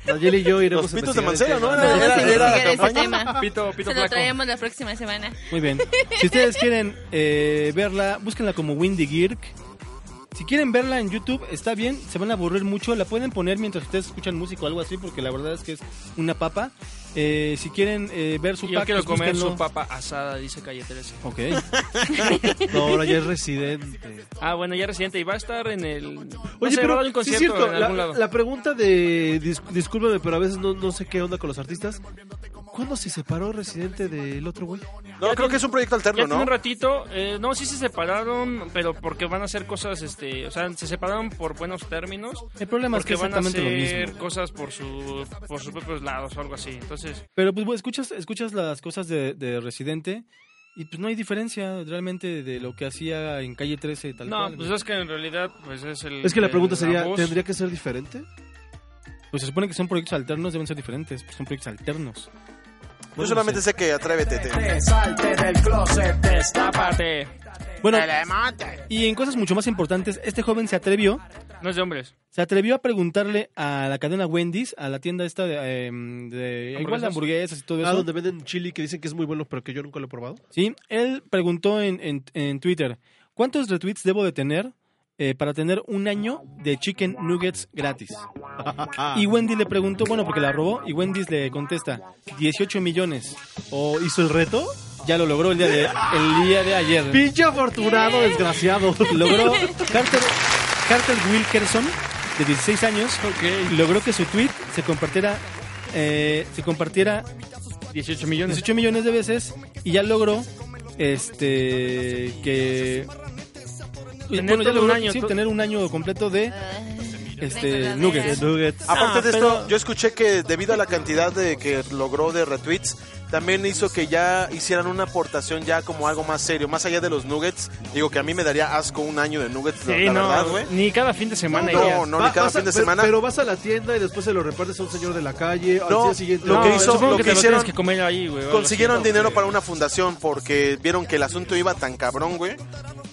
D: Nayeli y yo iremos
E: Los
D: a
E: pitos de
D: investigar
E: mancera,
D: el
E: ¿no?
D: tema.
E: Era- era- era la
C: Investigar ese
E: campaña.
C: tema.
B: Pito, pito
C: Se lo
B: flaco.
C: traemos la próxima semana.
A: Muy bien. Si ustedes quieren eh, verla, búsquenla como Windy Girk. Si quieren verla en YouTube, está bien, se van a aburrir mucho. La pueden poner mientras ustedes escuchan música o algo así, porque la verdad es que es una papa. Eh, si quieren eh, ver su
B: yo
A: pack,
B: quiero
A: pues
B: comer
A: búsquenlo.
B: su papa asada dice calle 13
C: *laughs*
A: Ok.
D: No, ahora ya es residente.
B: ah bueno ya reciente y va a estar en el
D: Oye,
B: va a ser
D: pero
B: el
D: sí es
B: concierto
D: cierto,
B: en
D: la,
B: algún lado
D: la pregunta de... dis- discúlpame, pero a veces no, no sé qué onda con los artistas. ¿Cuándo se separó Residente del otro güey?
E: No, creo que es un
B: Ya
E: proyecto alterno,
B: tiene
E: ¿no?
B: un ratito. eh, no, sí se separaron, pero porque van a hacer cosas, este, o sea, se separaron por buenos términos.
A: El problema es
B: porque
A: que
B: van a
A: exactamente lo
B: hacer
A: mismo.
B: cosas por su, por sus propios lados o algo así. Entonces,
A: Pero pues, bueno, escuchas, escuchas las cosas de, de Residente y pues no hay diferencia realmente de lo que hacía en Calle 13 tal
B: no,
A: cual.
B: pues es que en realidad, pues es el.
D: Es que la
B: el-
D: pregunta sería,
B: voz.
D: ¿tendría que ser diferente?
A: Pues se supone que son proyectos alternos, deben ser diferentes, pues son proyectos alternos.
E: Yo solamente sé que atrévete. te-
A: Salte del closet,
B: destápate.
A: Bueno, y en cosas mucho más importantes, este joven se atrevió,
B: No es de hombres.
A: se atrevió a preguntarle a la cadena Wendy's, a la tienda esta de, em, de igual de hamburguesas y todo eso.
D: Ah, donde venden chili que dicen que es muy bueno, pero que yo nunca lo he probado.
A: Sí, él preguntó en, en- en Twitter, ¿cuántos retweets debo de tener eh, para tener un año de chicken nuggets
D: *laughs*
A: gratis? Y Wendy le preguntó, bueno, porque la robó, y Wendy le contesta, 18 millones. ¿O hizo el reto? Ya lo logró el día de, el día de ayer.
D: Pinche afortunado, desgraciado.
B: *laughs*
A: Logró Carter, Carter Wilkerson, de 16 años, logró que su tweet se compartiera, eh, se compartiera
B: 18 millones.
A: 18 millones de veces y ya logró este que
B: Tener
A: bueno, ya
B: todo un
A: logró
B: año,
A: sí,
B: todo-
A: tener un año completo de este nuggets.
E: Aparte
A: Ah,
E: de
A: pero-
E: esto, yo escuché que debido a la cantidad de que logró de retweets, también hizo que ya hicieran una aportación ya como algo más serio, más allá de los nuggets. Digo que a mí me daría asco un año de nuggets, la-
B: Sí,
E: la
B: no,
E: verdad, güey.
B: ni cada fin de semana.
E: No,
B: irías.
E: no, ni cada
D: vas a-
E: fin de
D: pe-
E: semana.
D: Pero vas a la tienda y después se lo repartes a un señor de la calle.
E: No,
D: al día siguiente.
E: lo que hizo,
D: supongo
E: lo
D: que
E: que,
D: te lo
E: hicieron,
D: tienes que comer ahí, güey, o algo
E: consiguieron
D: así, ¿no?
E: dinero para una fundación porque vieron que el asunto iba tan cabrón, güey,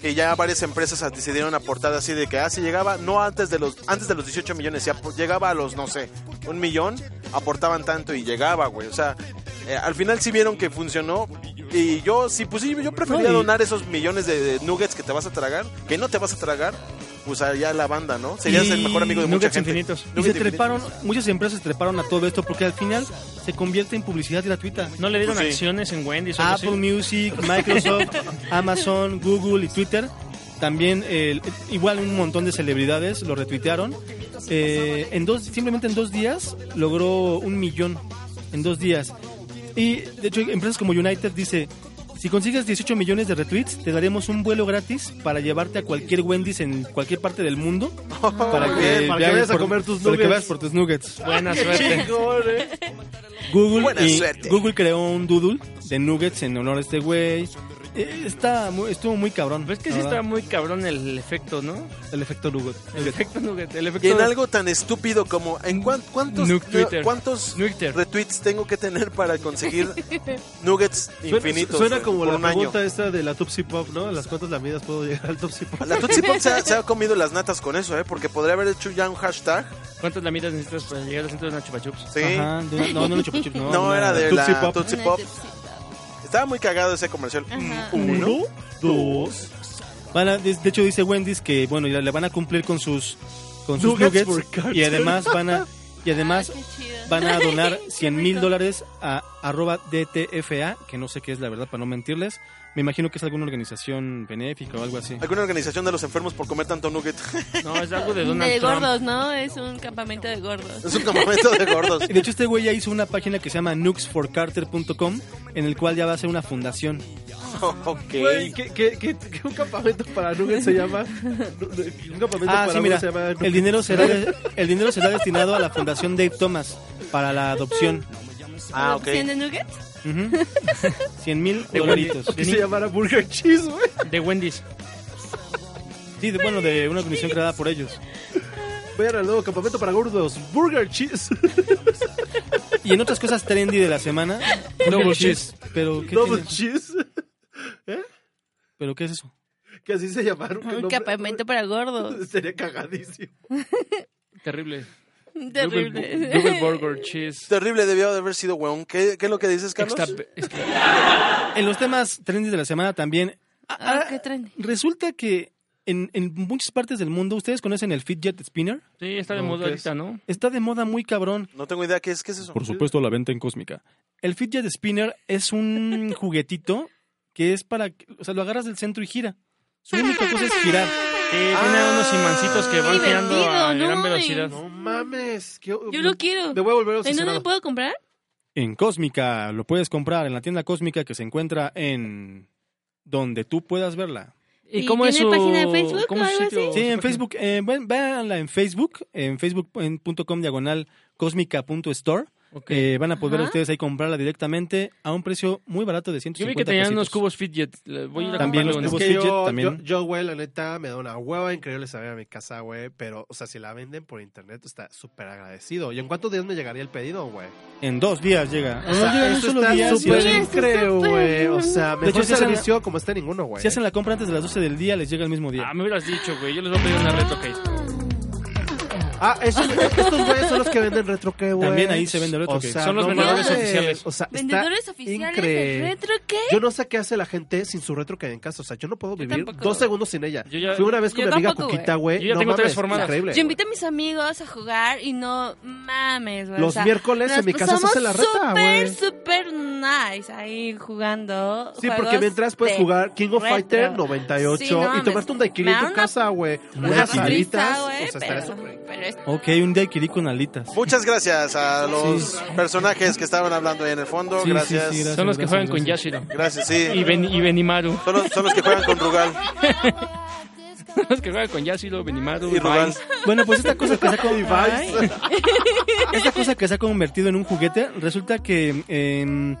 E: que ya varias empresas decidieron aportar así de que, ah, si llegaba, no antes de los, antes de los 18 millones, si apo- llegaba a los, no sé, un millón, aportaban tanto y llegaba, güey, o sea, eh, al final sí vieron que funcionó y yo, sí, pues sí, yo preferiría
A: No, y-
E: donar esos millones de, de nuggets que te vas a tragar, que no te vas a tragar, pues allá la banda, ¿no? Serías
A: y
E: el mejor amigo de mucha
A: nuggets
E: gente.
A: infinitos. Y se
E: Nuggets infinitos.
A: treparon, muchas empresas treparon a todo esto porque al final se convierte en publicidad gratuita.
B: No le dieron acciones en Wendy's o algo así.
A: Apple Music,
D: *laughs*
A: Microsoft, Amazon, Google y Twitter. También, eh, igual un montón de celebridades lo retuitearon. Eh, en dos, simplemente en dos días logró un millón. En dos días. Y de hecho, empresas como United dice: si consigues 18 millones de retweets, te daremos un vuelo gratis para llevarte a cualquier Wendy's en cualquier parte del
D: *laughs*
A: mundo.
D: muy bien, para que
A: viajes
D: vayas a
A: por-
D: comer tus
A: para que
D: nuggets.
A: vayas por tus nuggets. *laughs*
B: Buena
D: Qué
B: suerte.
D: chingón, eh.
C: *laughs*
A: Google,
D: Buena
A: y-
D: suerte.
A: Google creó un doodle de nuggets en honor a este güey. Eh, Está, mu- estuvo muy cabrón.
B: Pues Es
D: Ah,
B: que sí está muy cabrón el efecto, ¿no?
A: El
B: *laughs*
A: efecto nugget.
B: El efecto nugget. El efecto
E: Y en algo tan estúpido como en cuan- cuántos
B: Nuke Twitter.
E: cuántos retweets tengo que tener
B: *laughs*
E: para conseguir nuggets
D: Suena-
E: infinitos.
D: Suena,
E: güey,
D: como
E: por
D: la
E: un año.
D: pregunta esta de la Tupsi Pop, ¿no? ¿Las cuántas lamidas puedo llegar al Tupsi Pop?
E: La Tootsie Pop se ha,
B: *laughs*
D: *laughs*
E: se ha comido las natas con eso, ¿eh? Porque podría haber hecho ya un hashtag.
B: ¿Cuántas lamitas necesitas para llegar al centro de una chupa chups?
E: Sí.
B: Ajá, de una- no, no, no, chupa chups, no,
E: *laughs* No,
B: una-
E: era de
B: Tootsie
E: la
B: Pop.
E: Tootsie
B: Una
E: Pop. Estaba muy cagado ese comercial.
A: Uno, dos. Van a- de, de hecho, dice Wendy's que, bueno, ya le van a cumplir con sus con sus nuggets,
E: Nuggets por cartón.
A: y además van a y además van a donar 100 mil
C: rico.
A: dólares a arroba DTFA, que no sé qué es la verdad para no mentirles. Me imagino que es alguna organización benéfica o algo así.
E: ¿Alguna organización de los enfermos por comer tanto nugget?
B: No, es algo
C: De gordos, ¿no? Es un campamento de gordos.
E: Es un campamento
C: *laughs*
E: de gordos.
A: Y *laughs* De hecho, este güey ya hizo una página que se llama nuxforcarter.com, en el cual ya va a ser una fundación.
E: ok.
D: Güey, ¿qué, qué, qué, qué un campamento para Nugget se llama? Un campamento
A: Ah,
D: para
A: sí, mira,
D: Nugget se llama
A: el dinero, será de- el dinero será destinado a la fundación Dave Thomas para la adopción.
E: Ah, ok.
C: ¿Tiene nuggets?
A: 100 mil
B: De
A: dolaritos.
B: Wendy's. Que se
A: llamara Burger Cheese,
B: De Wendy's.
A: Sí, de- bueno, de una comisión creada por ellos.
D: Vayan al nuevo campamento para gordos. Burger Cheese.
A: Y en otras cosas trendy de la semana.
D: Double
A: Burger
D: cheese.
A: Pero, ¿qué
D: Double
A: tiene?
D: Cheese.
A: ¿Pero qué es eso?
D: Que así se llamaron.
C: Un campamento para gordos.
D: *laughs* Sería cagadísimo.
B: Terrible.
C: Terrible.
B: Double, double *laughs* burger cheese.
E: Terrible debió de haber sido, weón. ¿Qué, qué es lo que dices, Carlos?
A: En los temas trendy de la semana también. ah, Resulta que en, en muchas partes del mundo, ¿ustedes conocen el Fidget Spinner?
B: Sí, está de
A: No,
B: moda
A: ¿qué es?
B: ahorita, ¿no?
A: Está de moda muy cabrón.
E: No tengo idea qué es, qué es eso.
A: Por supuesto, la venta en Cósmica. El Fidget Spinner es un juguetito que es para. que- O sea, lo agarras del centro y gira. Su única cosa es girar.
B: tiene unos imancitos que van girando a
C: Divertido,
B: gran
C: ¿no?
B: velocidad.
D: No mames. qué-
C: Yo lo quiero.
D: Me voy a volver
C: ¿En dónde
D: obsesionado.
C: lo puedo comprar?
A: En Cósmica lo puedes comprar en la tienda Cósmica que se encuentra en. donde tú puedas verla.
B: ¿Y cómo es
C: tiene
B: su-
C: página de Facebook
B: cómo
C: o
B: es su
C: algo
B: sitio?
C: así?
A: Sí, en Facebook. Eh, bueno, véanla en Facebook, en facebook.com diagonal cósmica.store. Eh, van a poder
B: Ajá.
A: ustedes ahí comprarla directamente a un precio muy barato de 150
B: Yo vi que tenían unos
A: pesitos.
B: cubos Fidget. Le- Voy a ir a
A: También los
B: comprarle unos.
A: cubos
D: Es que yo,
A: Fidget también.
D: yo, yo, güey, la neta, me da una hueva increíble saber a mi casa, güey. Pero, o sea, si la venden por internet, está súper agradecido. ¿Y en cuántos días me llegaría el pedido, güey?
A: En dos días llega.
B: Ah,
D: O sea,
A: No, llega en un
D: esto
A: Ah, solo
D: está
A: día, sí.
D: súper increíble, güey. O sea,
A: De
D: mejor
A: hecho, sí hacen-
D: servicio como está ninguno, güey.
A: Si hacen la compra antes de las 12 del día, les llega el mismo día.
B: Ah, me hubieras dicho, güey. Yo les voy a pedir una red, ok.
D: Ah, esos- estos güeyes son los que venden retro que, güey.
A: También ahí se vende Retro
D: O
A: Cake.
D: sea,
A: Son los
D: no
A: vendedores
D: mames.
A: oficiales.
D: O sea, está
C: ¿Vendedores oficiales de
D: increíble.
C: Retro Cake?
D: Yo no sé qué hace la gente sin su retro que en casa. O sea, yo no puedo vivir
C: tampoco.
D: dos segundos sin ella.
B: Yo ya-
D: Fui una vez con
C: yo
D: mi amiga
C: tampoco,
D: Coquita, güey.
B: Yo ya
D: no
B: tengo
D: mames,
B: tres formadas.
D: Increíble.
C: Yo invito a mis amigos a jugar y no mames, güey.
D: Los miércoles en
C: nos
D: mi casa se hace
C: pasamos
D: la reta, güey.
C: Súper, súper nice ahí jugando.
D: Sí, porque
C: juegos
D: mientras puedes
C: de
D: jugar King of
C: retro.
D: Fighter 98
C: Sí, no
D: y
C: mames.
D: tomarte un daiquiri en
C: Me da
D: tu
C: una
D: casa, güey. Unas
C: Una
D: alitas.
C: tristeza, güey,
D: o sea,
C: pero-
D: está súper
C: pero es-
A: Ok, un día adquirí con alitas.
E: Muchas gracias a los personajes que estaban hablando ahí en el fondo.
A: Sí, sí,
E: gracias.
A: sí, gracias,
B: Son los que
A: gracias,
B: juegan con
A: gracias.
B: Yashiro.
E: Gracias, sí.
B: Y, ben, y Benimaru.
E: Son los, son los que juegan
B: *laughs*
E: con Rugal.
B: los que juegan con Yashiro, Benimaru.
E: Y Rugal.
B: Vines.
A: Bueno, pues esta cosa que se ha *laughs* con-
D: Ay.
A: esta cosa que se ha convertido en un juguete, resulta que eh,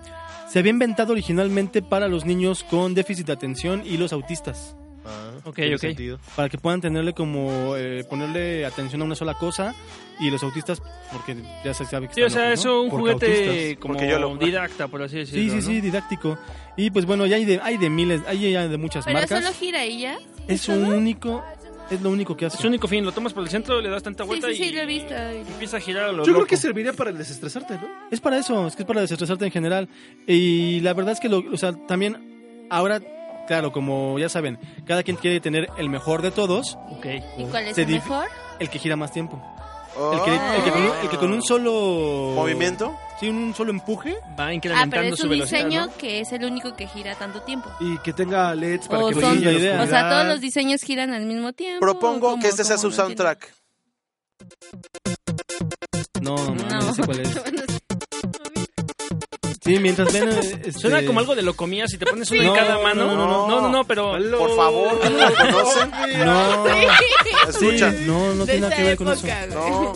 A: se había inventado originalmente para los niños con déficit de atención y los autistas.
B: Ah. Ok,
A: Tiene
B: ok.
A: sentido. Para que puedan tenerle como eh, ponerle atención a una sola cosa y los autistas porque ya se sabe que
B: Sí, o
A: están
B: sea,
A: locos,
B: eso
A: ¿no?
B: un
A: Porque
B: juguete
A: autistas.
B: como didacta, por así decirlo.
A: Sí, sí, sí, didáctico. Y pues bueno, ya hay de hay de miles, hay ya de muchas
C: Pero
A: marcas.
C: solo gira y ya.
A: Es su único es lo único que hace.
B: Es su único fin. Lo tomas por el centro, le das tanta
C: Sí,
B: vuelta
C: sí, sí,
B: y
C: lo he visto. Ah,
B: empieza a girar a lo
D: Yo creo
B: loco.
D: que serviría para el desestresarte, ¿no?
A: Es para eso, es que es para desestresarte en general. Y la verdad es que, lo, o sea, también ahora, claro, como ya saben, cada quien quiere tener el mejor de todos.
C: ¿Y cuál es
A: Se
C: el
A: dif-
C: mejor?
A: El que gira más tiempo. El, que, el
B: Ah.
A: que con, un- el que con un solo...
E: ¿Movimiento?
A: Sí, un solo empuje.
B: Va
C: Ah,
B: incrementando
C: pero es
B: su
C: un
B: velocidad.
C: diseño
B: ¿no?
C: que es el único que gira tanto tiempo.
D: Y que tenga LEDs para
C: O
D: que
C: son-
D: brille en la
A: idea.
C: O sea,
B: Ah.
D: oscuridad.
C: todos los diseños giran al mismo tiempo.
E: Propongo
C: ¿Cómo,
E: que este sea
C: cómo?
E: su
C: No entiendo.
E: soundtrack.
A: No, no, no,
C: No.
A: sé
B: *laughs*
A: cuál es. Sí, mientras ven... eh, este-
B: Suena como algo de lo comías y te pones uno en
A: No,
B: cada mano.
A: no, no, no.
B: no, no, no, pero.
E: Por favor,
A: *laughs*
E: ¿la conocen?
A: No, sí,
E: Escucha.
A: no, no tiene nada que ver con eso.
E: No.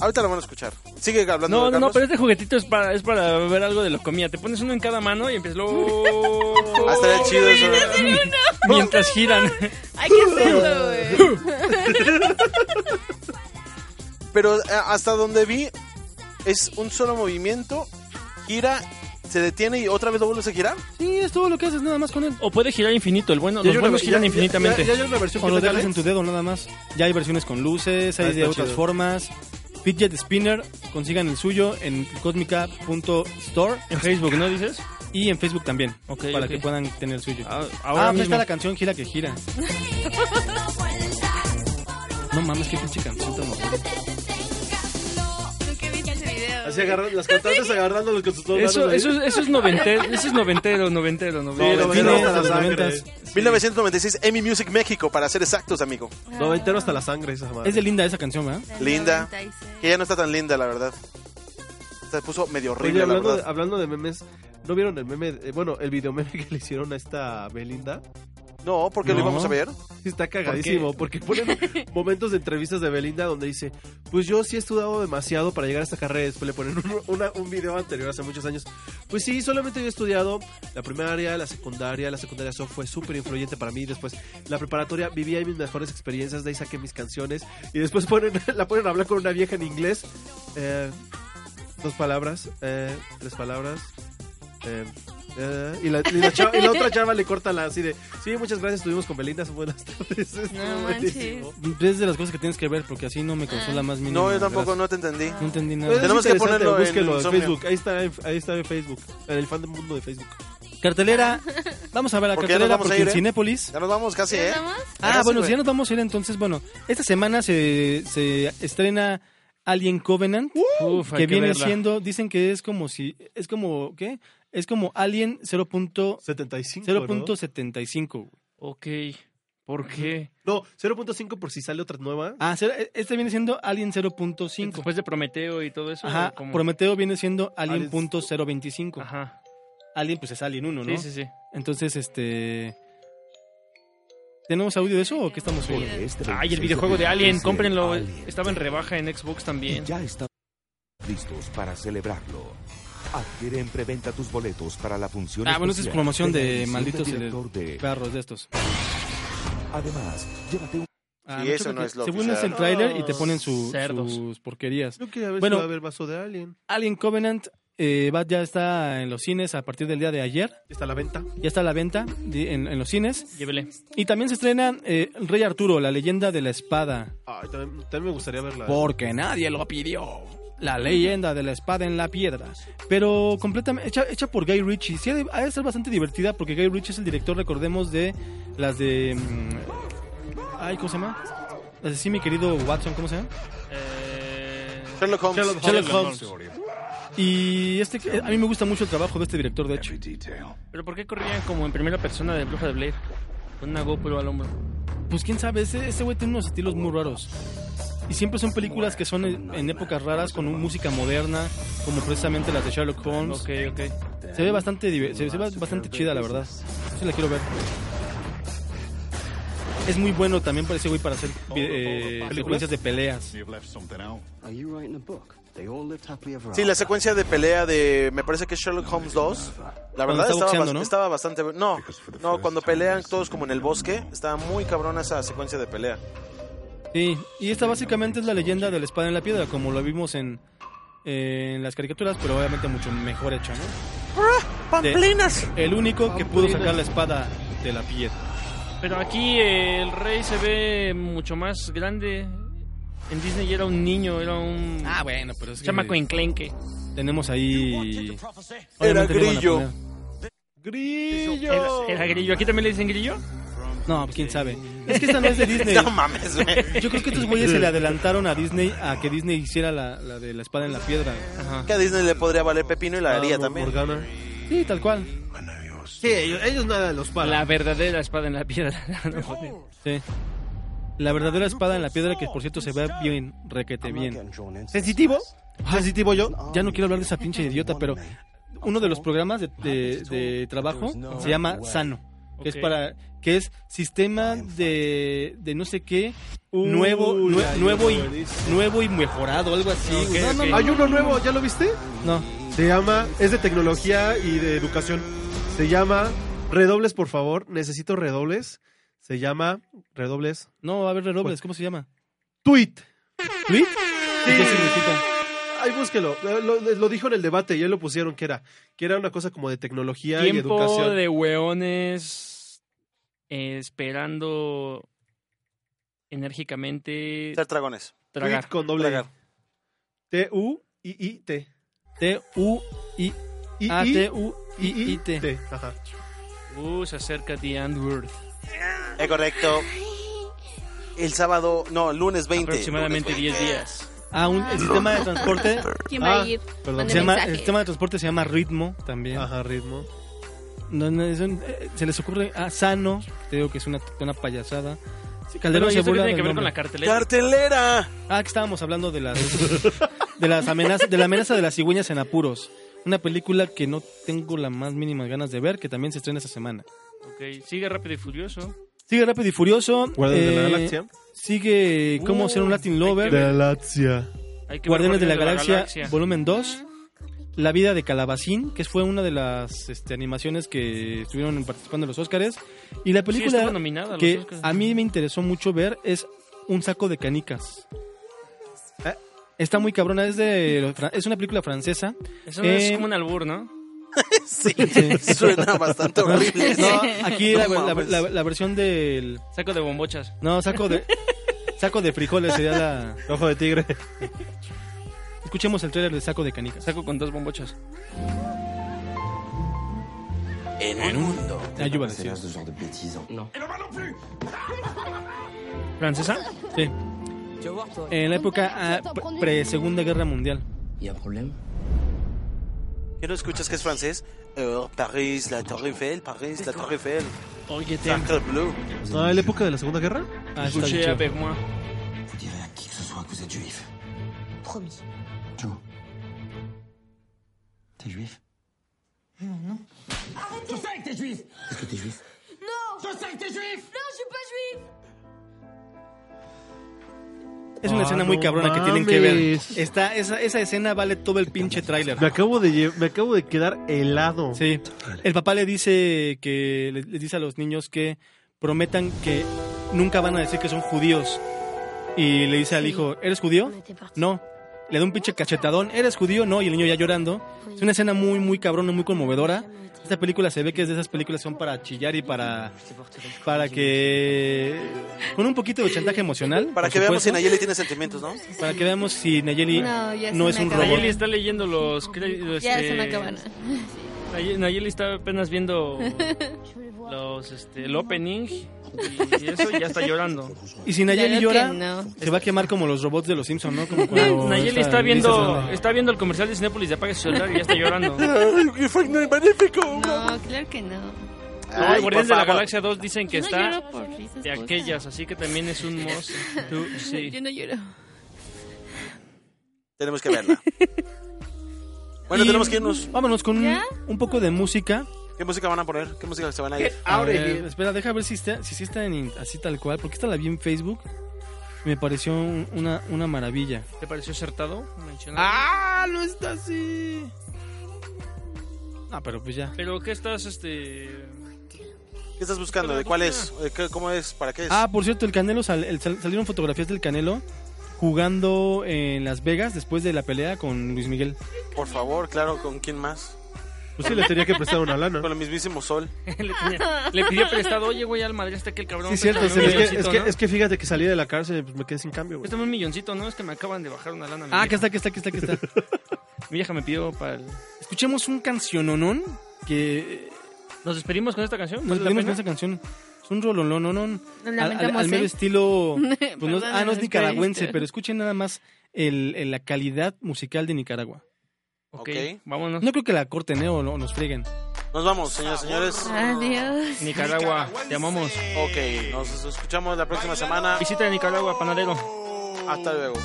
E: Ahorita lo van a escuchar. Sigue hablando.
B: No, no, no,
E: Carlos.
B: pero este juguetito es para, es para ver algo de lo comía. Te pones uno en cada mano y empiezas lo...
E: *laughs* Ah, estaría chido eso.
B: Mientras
E: *laughs*
B: giran.
C: Hay que hacerlo, güey.
E: Pero eh, hasta donde vi, es un solo movimiento, gira, se detiene y otra vez lo vuelves a girar.
A: Sí, es todo lo que haces nada más con él.
B: O puede girar infinito. El bueno,
D: Ya hay
B: los
D: una
B: buenos
D: ve-
B: giran
D: ya- ya-
B: infinitamente.
D: ya- ya hay una versión
A: O
D: que
A: lo
D: tenga
A: dejas en
D: LEDs.
A: tu dedo nada más. Ya hay versiones con luces, hay
D: Ah,
A: de
D: está
A: otras
D: chido.
A: formas. Fidget Spinner, consigan el suyo en cosmica.store
B: En Facebook, ¿no dices?
A: y en Facebook también, para
B: ok.
A: que puedan tener el suyo.
B: Ah,
A: ah,
B: ahora
A: pues
B: mismo.
A: está la canción Gira que gira. No mames, qué pinche canción tan horrible.
D: Así agarran, las
C: *laughs*
D: cantantes agarrándolos con sus dos
B: Eso,
D: manos,
B: eso, es-
D: ahí.
B: eso es noventero, eso es noventero, noventero, noventero.
E: Noventero hasta la sangre. 1996, Emmy Music México, para ser exactos, amigo.
D: Noventero hasta la sangre, esa madre.
A: Es de linda esa canción, ¿verdad?
E: Linda. Que ya no está tan linda, la verdad. Se puso medio horrible,
D: Oye,
E: la
D: hablando, de,
E: verdad.
D: hablando de memes, ¿no vieron el meme? eh, bueno, el video meme que le hicieron a esta Belinda.
E: No, porque lo
D: No.
E: íbamos a ver.
D: Sí, está cagadísimo, porque ponen momentos de entrevistas de Belinda donde dice, pues yo sí he estudiado demasiado para llegar a esta carrera. Después le ponen *laughs* un, una- un video anterior hace muchos años. Pues sí, solamente yo he estudiado la primaria, la secundaria, la secundaria eso fue súper influyente para mí. Después la preparatoria, viví ahí mis mejores experiencias, de ahí saqué mis canciones. Y después ponen, *laughs* la ponen a hablar con una vieja en inglés. Eh, dos palabras, eh, tres palabras. eh, eh, y, la, y la chava- y la otra chava le corta la así de, sí, muchas gracias, estuvimos con Belinda, buenas tardes.
A: *laughs*
D: Estuvo *laughs* buenísimo.
A: Es de las cosas que tienes que ver porque así no me consola más mínimo.
E: No, yo tampoco, no te entendí.
A: No entendí nada.
D: Pues
E: Tenemos
D: es
E: que
D: interesante,
E: ponerlo en
D: búsquelo
E: Insomnio.
D: Facebook. Ahí está, en- ahí está en Facebook. En el fan del mundo de Facebook. *laughs*
A: Cartelera. Vamos a ver la
D: ¿Por qué ya
A: cartelera
D: nos vamos a
A: porque
D: ir,
A: en
D: eh?
A: Cinépolis.
E: Ya nos vamos casi, ¿eh?
A: Ah, bueno, si ya nos vamos a ir entonces, bueno, esta semana se, se estrena Alien Covenant,
B: Uf, hay que
A: que viene
B: verla.
A: siendo, dicen que es como si, es como, ¿qué? Es como Alien 0.75. 0.75.
B: Ok, ¿por qué?
D: No, 0.5 por si sale otra nueva.
A: Ah, cero- este viene siendo Alien 0.5.
B: Después de Prometeo y todo eso.
A: Ajá,
B: ¿cómo?
A: Prometeo viene siendo
B: Alien-
A: Alien punto .025. Ajá. Alien, pues es Alien 1, ¿no?
B: Sí, sí, sí.
A: Entonces, este... ¿Tenemos audio de eso o qué estamos oyendo?
B: Ay, el videojuego este de Alien, cómprenlo. Estaba en rebaja en Xbox también.
U: Ya estamos listos para celebrarlo. Adquiere en preventa tus boletos para la función.
A: Ah, bueno, esa es
U: especial
A: promoción
U: la
A: de
U: edición
A: malditos
U: del director de-
A: perros de estos.
U: Además, llévate un.
A: Ah, no, chécate. Según es el tráiler y te ponen su- sus porquerías.
D: Yo quería ver
A: bueno,
D: si va a haber vaso de Alien.
A: Alien Covenant eh, va- ya está en los cines a partir del día de ayer.
D: Está a la venta.
A: Ya está a la venta di- en, en los cines.
B: Llévele.
A: Y también se estrena eh, Rey Arturo, la leyenda de la espada.
D: Ay, también, también me gustaría verla. ¿eh?
A: Porque nadie lo pidió. La leyenda de la espada en la piedra. Pero completamente hecha, hecha por Guy Ritchie. Sí, ha de, ha de ser bastante divertida porque Guy Ritchie es el director, recordemos, de las de... mm, ay, ¿cómo se llama? Las de sí, mi querido Watson, ¿cómo se llama?
E: Sherlock Holmes.
A: Sherlock Holmes. Y este, a mí me gusta mucho el trabajo de este director, de hecho.
B: ¿Pero por qué corrían como en primera persona de Bruja de Blair? Con una GoPro al hombro.
A: Pues quién sabe, ese, ese güey tiene unos estilos muy raros. Y siempre son películas que son en, en épocas raras, con un- música moderna, como precisamente las de Sherlock Holmes.
B: Ok, ok.
A: Se ve bastante, diver- se, se ve bastante chida, la verdad. Sí la quiero ver. Es muy bueno también para ese güey para hacer eh, secuencias de peleas.
E: Sí, la secuencia de pelea de. Me parece que es Sherlock Holmes 2. La
A: Cuando
E: verdad
A: está
E: estaba,
A: boxeando,
E: bas-
A: ¿no?
E: estaba bastante. bu- No, no, cuando pelean todos como en el bosque, estaba muy cabrona esa secuencia de pelea.
A: Sí, y esta básicamente es la leyenda de la espada en la piedra, como lo vimos en, en las caricaturas, pero obviamente mucho mejor hecha, ¿no?
B: ¡Pamplinas!
A: De- el único que pudo sacar la espada de la piedra.
B: Pero aquí eh, el rey se ve mucho más grande. En Disney era un niño, era un.
A: Ah, bueno, pero es que-
B: Chamaco enclenque.
A: Tenemos ahí...
B: Era
A: Obviamente le van a
B: grillo.
A: poner-
B: ¡Grillo! Era grillo. ¿Aquí también le dicen grillo?
A: No, pues, quién sabe. Es que esta no es de Disney.
B: *laughs* No mames, güey.
A: Yo creo que estos güeyes se le adelantaron a Disney a que Disney hiciera la, la de la espada en la piedra.
E: Que a Disney le podría valer pepino y
A: Ah,
E: la haría también.
A: Sí, tal cual.
D: Sí, ellos, ellos nada los paran.
B: La verdadera espada en la piedra. *laughs* No joder.
A: Sí. La verdadera espada en la piedra que por cierto se ve bien, requete bien.
D: ¿Sensitivo?
A: ¿Sensitivo yo? Ya no quiero hablar de esa
D: *laughs*
A: pinche idiota, pero uno de los programas de, de- de trabajo se llama Sano. Que es
B: Ok.
A: para que es sistema de, de no sé qué
D: Uy,
A: nuevo nue-
D: ay,
A: nuevo y
D: buenísimo.
A: nuevo y mejorado algo así güey. No, no, no,
D: Hay
A: no,
D: uno
A: no,
D: nuevo, ¿ya lo viste?
A: No.
D: Se llama, es de tecnología y de educación. Se llama Redobles, por favor. Necesito redobles. Se llama Redobles. Pues,
A: No, va a haber redobles, ¿cómo se llama?
D: Tweet.
A: ¿Tweet?
D: Sí.
A: ¿Qué significa?
D: Ay, búsquelo. Eh, Lo, lo dijo en el debate y ahí lo pusieron que era, que era una cosa como de tecnología y
B: Tiempo
D: educación.
B: de hueones eh, esperando enérgicamente.
E: Ser dragones.
B: Tragar.
D: Tweet con doble T-U-I-I-T.
A: T-U-I.
D: I-
B: Ah,
D: I-
B: T-U-I-I-T.
D: T. Ajá.
B: Uh, se acerca The Andworth.
E: Es correcto. el sábado, no, el lunes 20.
B: Aproximadamente
E: lunes
B: 10 días.
A: Ah, un, el sistema de transporte.
C: ¿Quién va a
A: Ah,
C: ir?
A: perdón.
C: Mande
A: Se llama-
C: mensaje.
A: el sistema de transporte se llama Ritmo también.
D: Ajá, Ritmo.
A: No, no, es un- eh, se les ocurre a Sano, te digo que es una, una payasada. Sí,
B: Pero,
A: Calderón
B: ¿y
A: se
B: eso qué
A: burla
B: tiene
A: del
B: que ver con
A: nombre.
B: la cartelera?
E: ¡Cartelera!
A: Ah, que estábamos hablando de las
D: *laughs*
A: de las amenazas, de la amenaza de las cigüeñas en apuros. Una película que no tengo las más mínimas ganas de ver, que también se estrena esta semana.
B: Ok, sigue rápido y furioso.
A: Sigue Rápido y Furioso. eh,
B: Guardianes de la
D: Galaxia.
A: Sigue Cómo
B: Uh,
A: ser un Latin Lover.
D: Galaxia.
B: Hay que ver
A: Guardianes de la,
B: Guardianes de la
A: Galaxia,
B: Galaxia.
A: volumen 2. La vida de Calabacín, que fue una de las este, animaciones que estuvieron participando en los Oscars. Y la película
B: estuvo nominada a los
A: que
B: Óscares.
A: a mí me interesó mucho ver es Un saco de canicas.
B: Ah.
A: Está muy cabrona, es de los fran- es una película francesa.
B: Eso es
A: Eh,
B: como un albur, ¿no?
E: sí,
A: *laughs*
B: *laughs*
A: sí. No, *laughs* No, aquí la,
B: No
A: la-
B: mames.
A: la- la versión del...
B: Saco de bombochas.
A: No, saco de... Saco de frijoles sería la...
D: Ojo de tigre.
A: Escuchemos el trailer de Saco de Canicas.
B: Saco con dos bombochas.
E: En el mundo.
A: Ayúdame.
B: No. ¿Francesa?
A: Sí. En la época ah, pre- pre-segunda guerra mundial.
E: ¿Y problema? ¿Qué no escuchas que es francés? Eh, París, la Torre Eiffel, París, la Torre Eiffel.
B: Oye,
D: te-
E: Blue.
D: Ah, ¿en la época de la Segunda Guerra?
A: Ah,
E: está
B: Couché
E: dicho.
B: avec moi.
G: Promis.
V: T'es juif
G: Non, non. Je sais que t'es juif
V: Est-ce que t'es juif
G: Non Je sais que t'es juif Non, je suis pas juif
A: Es una
D: Ah,
A: escena muy
D: no
A: cabrona que tienen que ver.
D: mames.
A: Está, esa, esa escena vale todo el pinche tráiler.
D: Me acabo de, lle- me acabo de quedar helado.
A: Sí. El papá le dice que le, le dice a los niños que prometan que nunca van a decir que son judíos. Y le dice al hijo, ¿eres judío? No. Le da un pinche cachetadón, ¿eres judío? No. Y el niño ya llorando. Es una escena muy, muy cabrona, muy conmovedora. Esta película se ve que es de esas películas que son para chillar y para, para que... Con un poquito de chantaje emocional.
E: Para
A: por
E: que veamos si
A: supuesto.
E: Nayeli tiene sentimientos, ¿no?
A: Para que veamos si Nayeli
C: No,
A: no,
C: ya
A: es
C: se me acabó.
A: un robot.
B: Nayeli está leyendo los créditos.
C: Ya
B: este,
C: es una cabana.
B: Nay- Nayeli está
C: *laughs*
B: apenas viendo los, este, el opening y, y eso y ya está llorando.
A: Y si Nayeli
B: Claro que
A: llora, se va a quemar como los robots de los Simpsons, ¿no?
B: *laughs*
A: Como cuando
B: Nayeli
A: está
B: está viendo,
A: Lisa
B: está viendo el comercial de Cinépolis de Apague su celular y ya está
A: *laughs*
B: llorando.
E: fue magnífico!
C: No, claro que no.
B: No,
C: Ay,
B: y Guardianes
C: por
B: de la
C: favor.
B: Galaxia 2 dicen
C: Yo
B: que
C: no
B: está
C: lloro por esas
B: de
C: cosas.
B: aquellas, así que también
C: *laughs*
B: es un must. Tú, sí.
C: Yo no lloro.
E: Tenemos que verla. Bueno,
A: Y
E: tenemos que irnos.
A: Vámonos con un, un poco de música.
E: ¿Qué música van a poner? ¿Qué música se van a ir?
A: A ver, espera, deja ver si está, si sí está en- así tal cual, porque esta la vi en Facebook. Me pareció un- una, una maravilla.
B: ¿Te pareció acertado? mencionarlo?
A: ¡Ah! No está así. Ah, pero pues ya.
B: Pero ¿qué estás, este...?
E: ¿Qué estás buscando? ¿De cuál es? ¿De qué- ¿Cómo es? ¿Para qué es?
A: Ah, por cierto, el Canelo sal- el sal- salieron fotografías del Canelo jugando en Las Vegas después de la pelea con Luis Miguel.
E: Por favor, claro, ¿con quién más?
A: Pues sí, les tenía que prestar *laughs* una
D: lana.
E: Con el mismísimo Sol.
B: Le, tenía- le pidió prestado, oye, güey, al madre está que el cabrón.
D: Sí, cierto.
B: préstame un
D: es, que,
B: milloncito,
D: es que-
B: ¿no?
D: es que fíjate que salí de la cárcel y pues me quedé sin cambio, güey.
B: Préstame un milloncito, ¿no? Es que me acaban de bajar una lana. mi
A: Ah, que
B: vieja.
A: está, aquí está, aquí está, aquí está.
B: Mi vieja me pidió para el...
A: Escuchemos un canciononón que...
B: ¿Nos despedimos con esta canción?
A: Nos
B: ¿Vale la
A: despedimos Pues con
B: pena?
A: esta canción. Es un rolonononón.
B: Lo
A: Al, al,
B: lamentamos,
A: al mero
B: ¿eh? *laughs*
A: estilo... pues no-
B: Perdónenos
A: ah, no es
B: por
A: nicaragüense,
B: esto.
A: pero escuchen nada más el, el- la calidad musical de Nicaragua.
B: ok, vámonos.
A: No creo que la corten ¿eh? o, no- nos freguen.
E: Nos vamos, señoras y señores.
C: Adiós.
B: Nicaragua, te amamos.
E: Ok, nos escuchamos la próxima semana.
B: Visita de Nicaragua, panadero.
E: Hasta luego.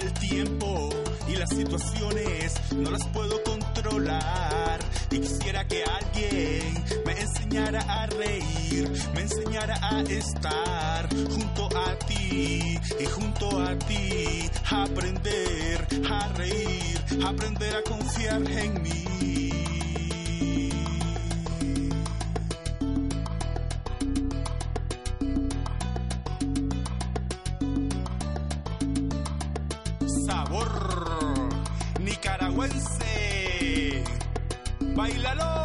W: El tiempo y las situaciones no las puedo controlar. Y quisiera que alguien me enseñara a reír, me enseñara a estar junto a ti y junto a ti. Aprender a reír, aprender a confiar en mí. sabor nicaragüense. ¡Bailalo!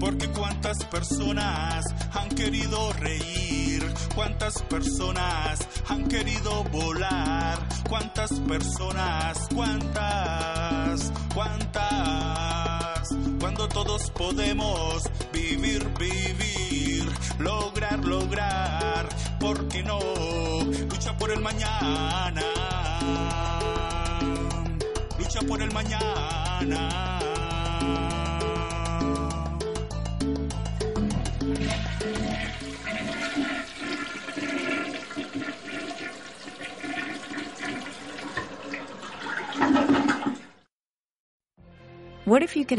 W: Porque cuántas personas han querido reír, cuántas personas han querido volar, cuántas personas, cuántas, cuántas. Cuando todos podemos vivir, vivir, lograr, lograr, ¿por qué no? Lucha por el mañana. Lucha por el mañana.
U: What if you could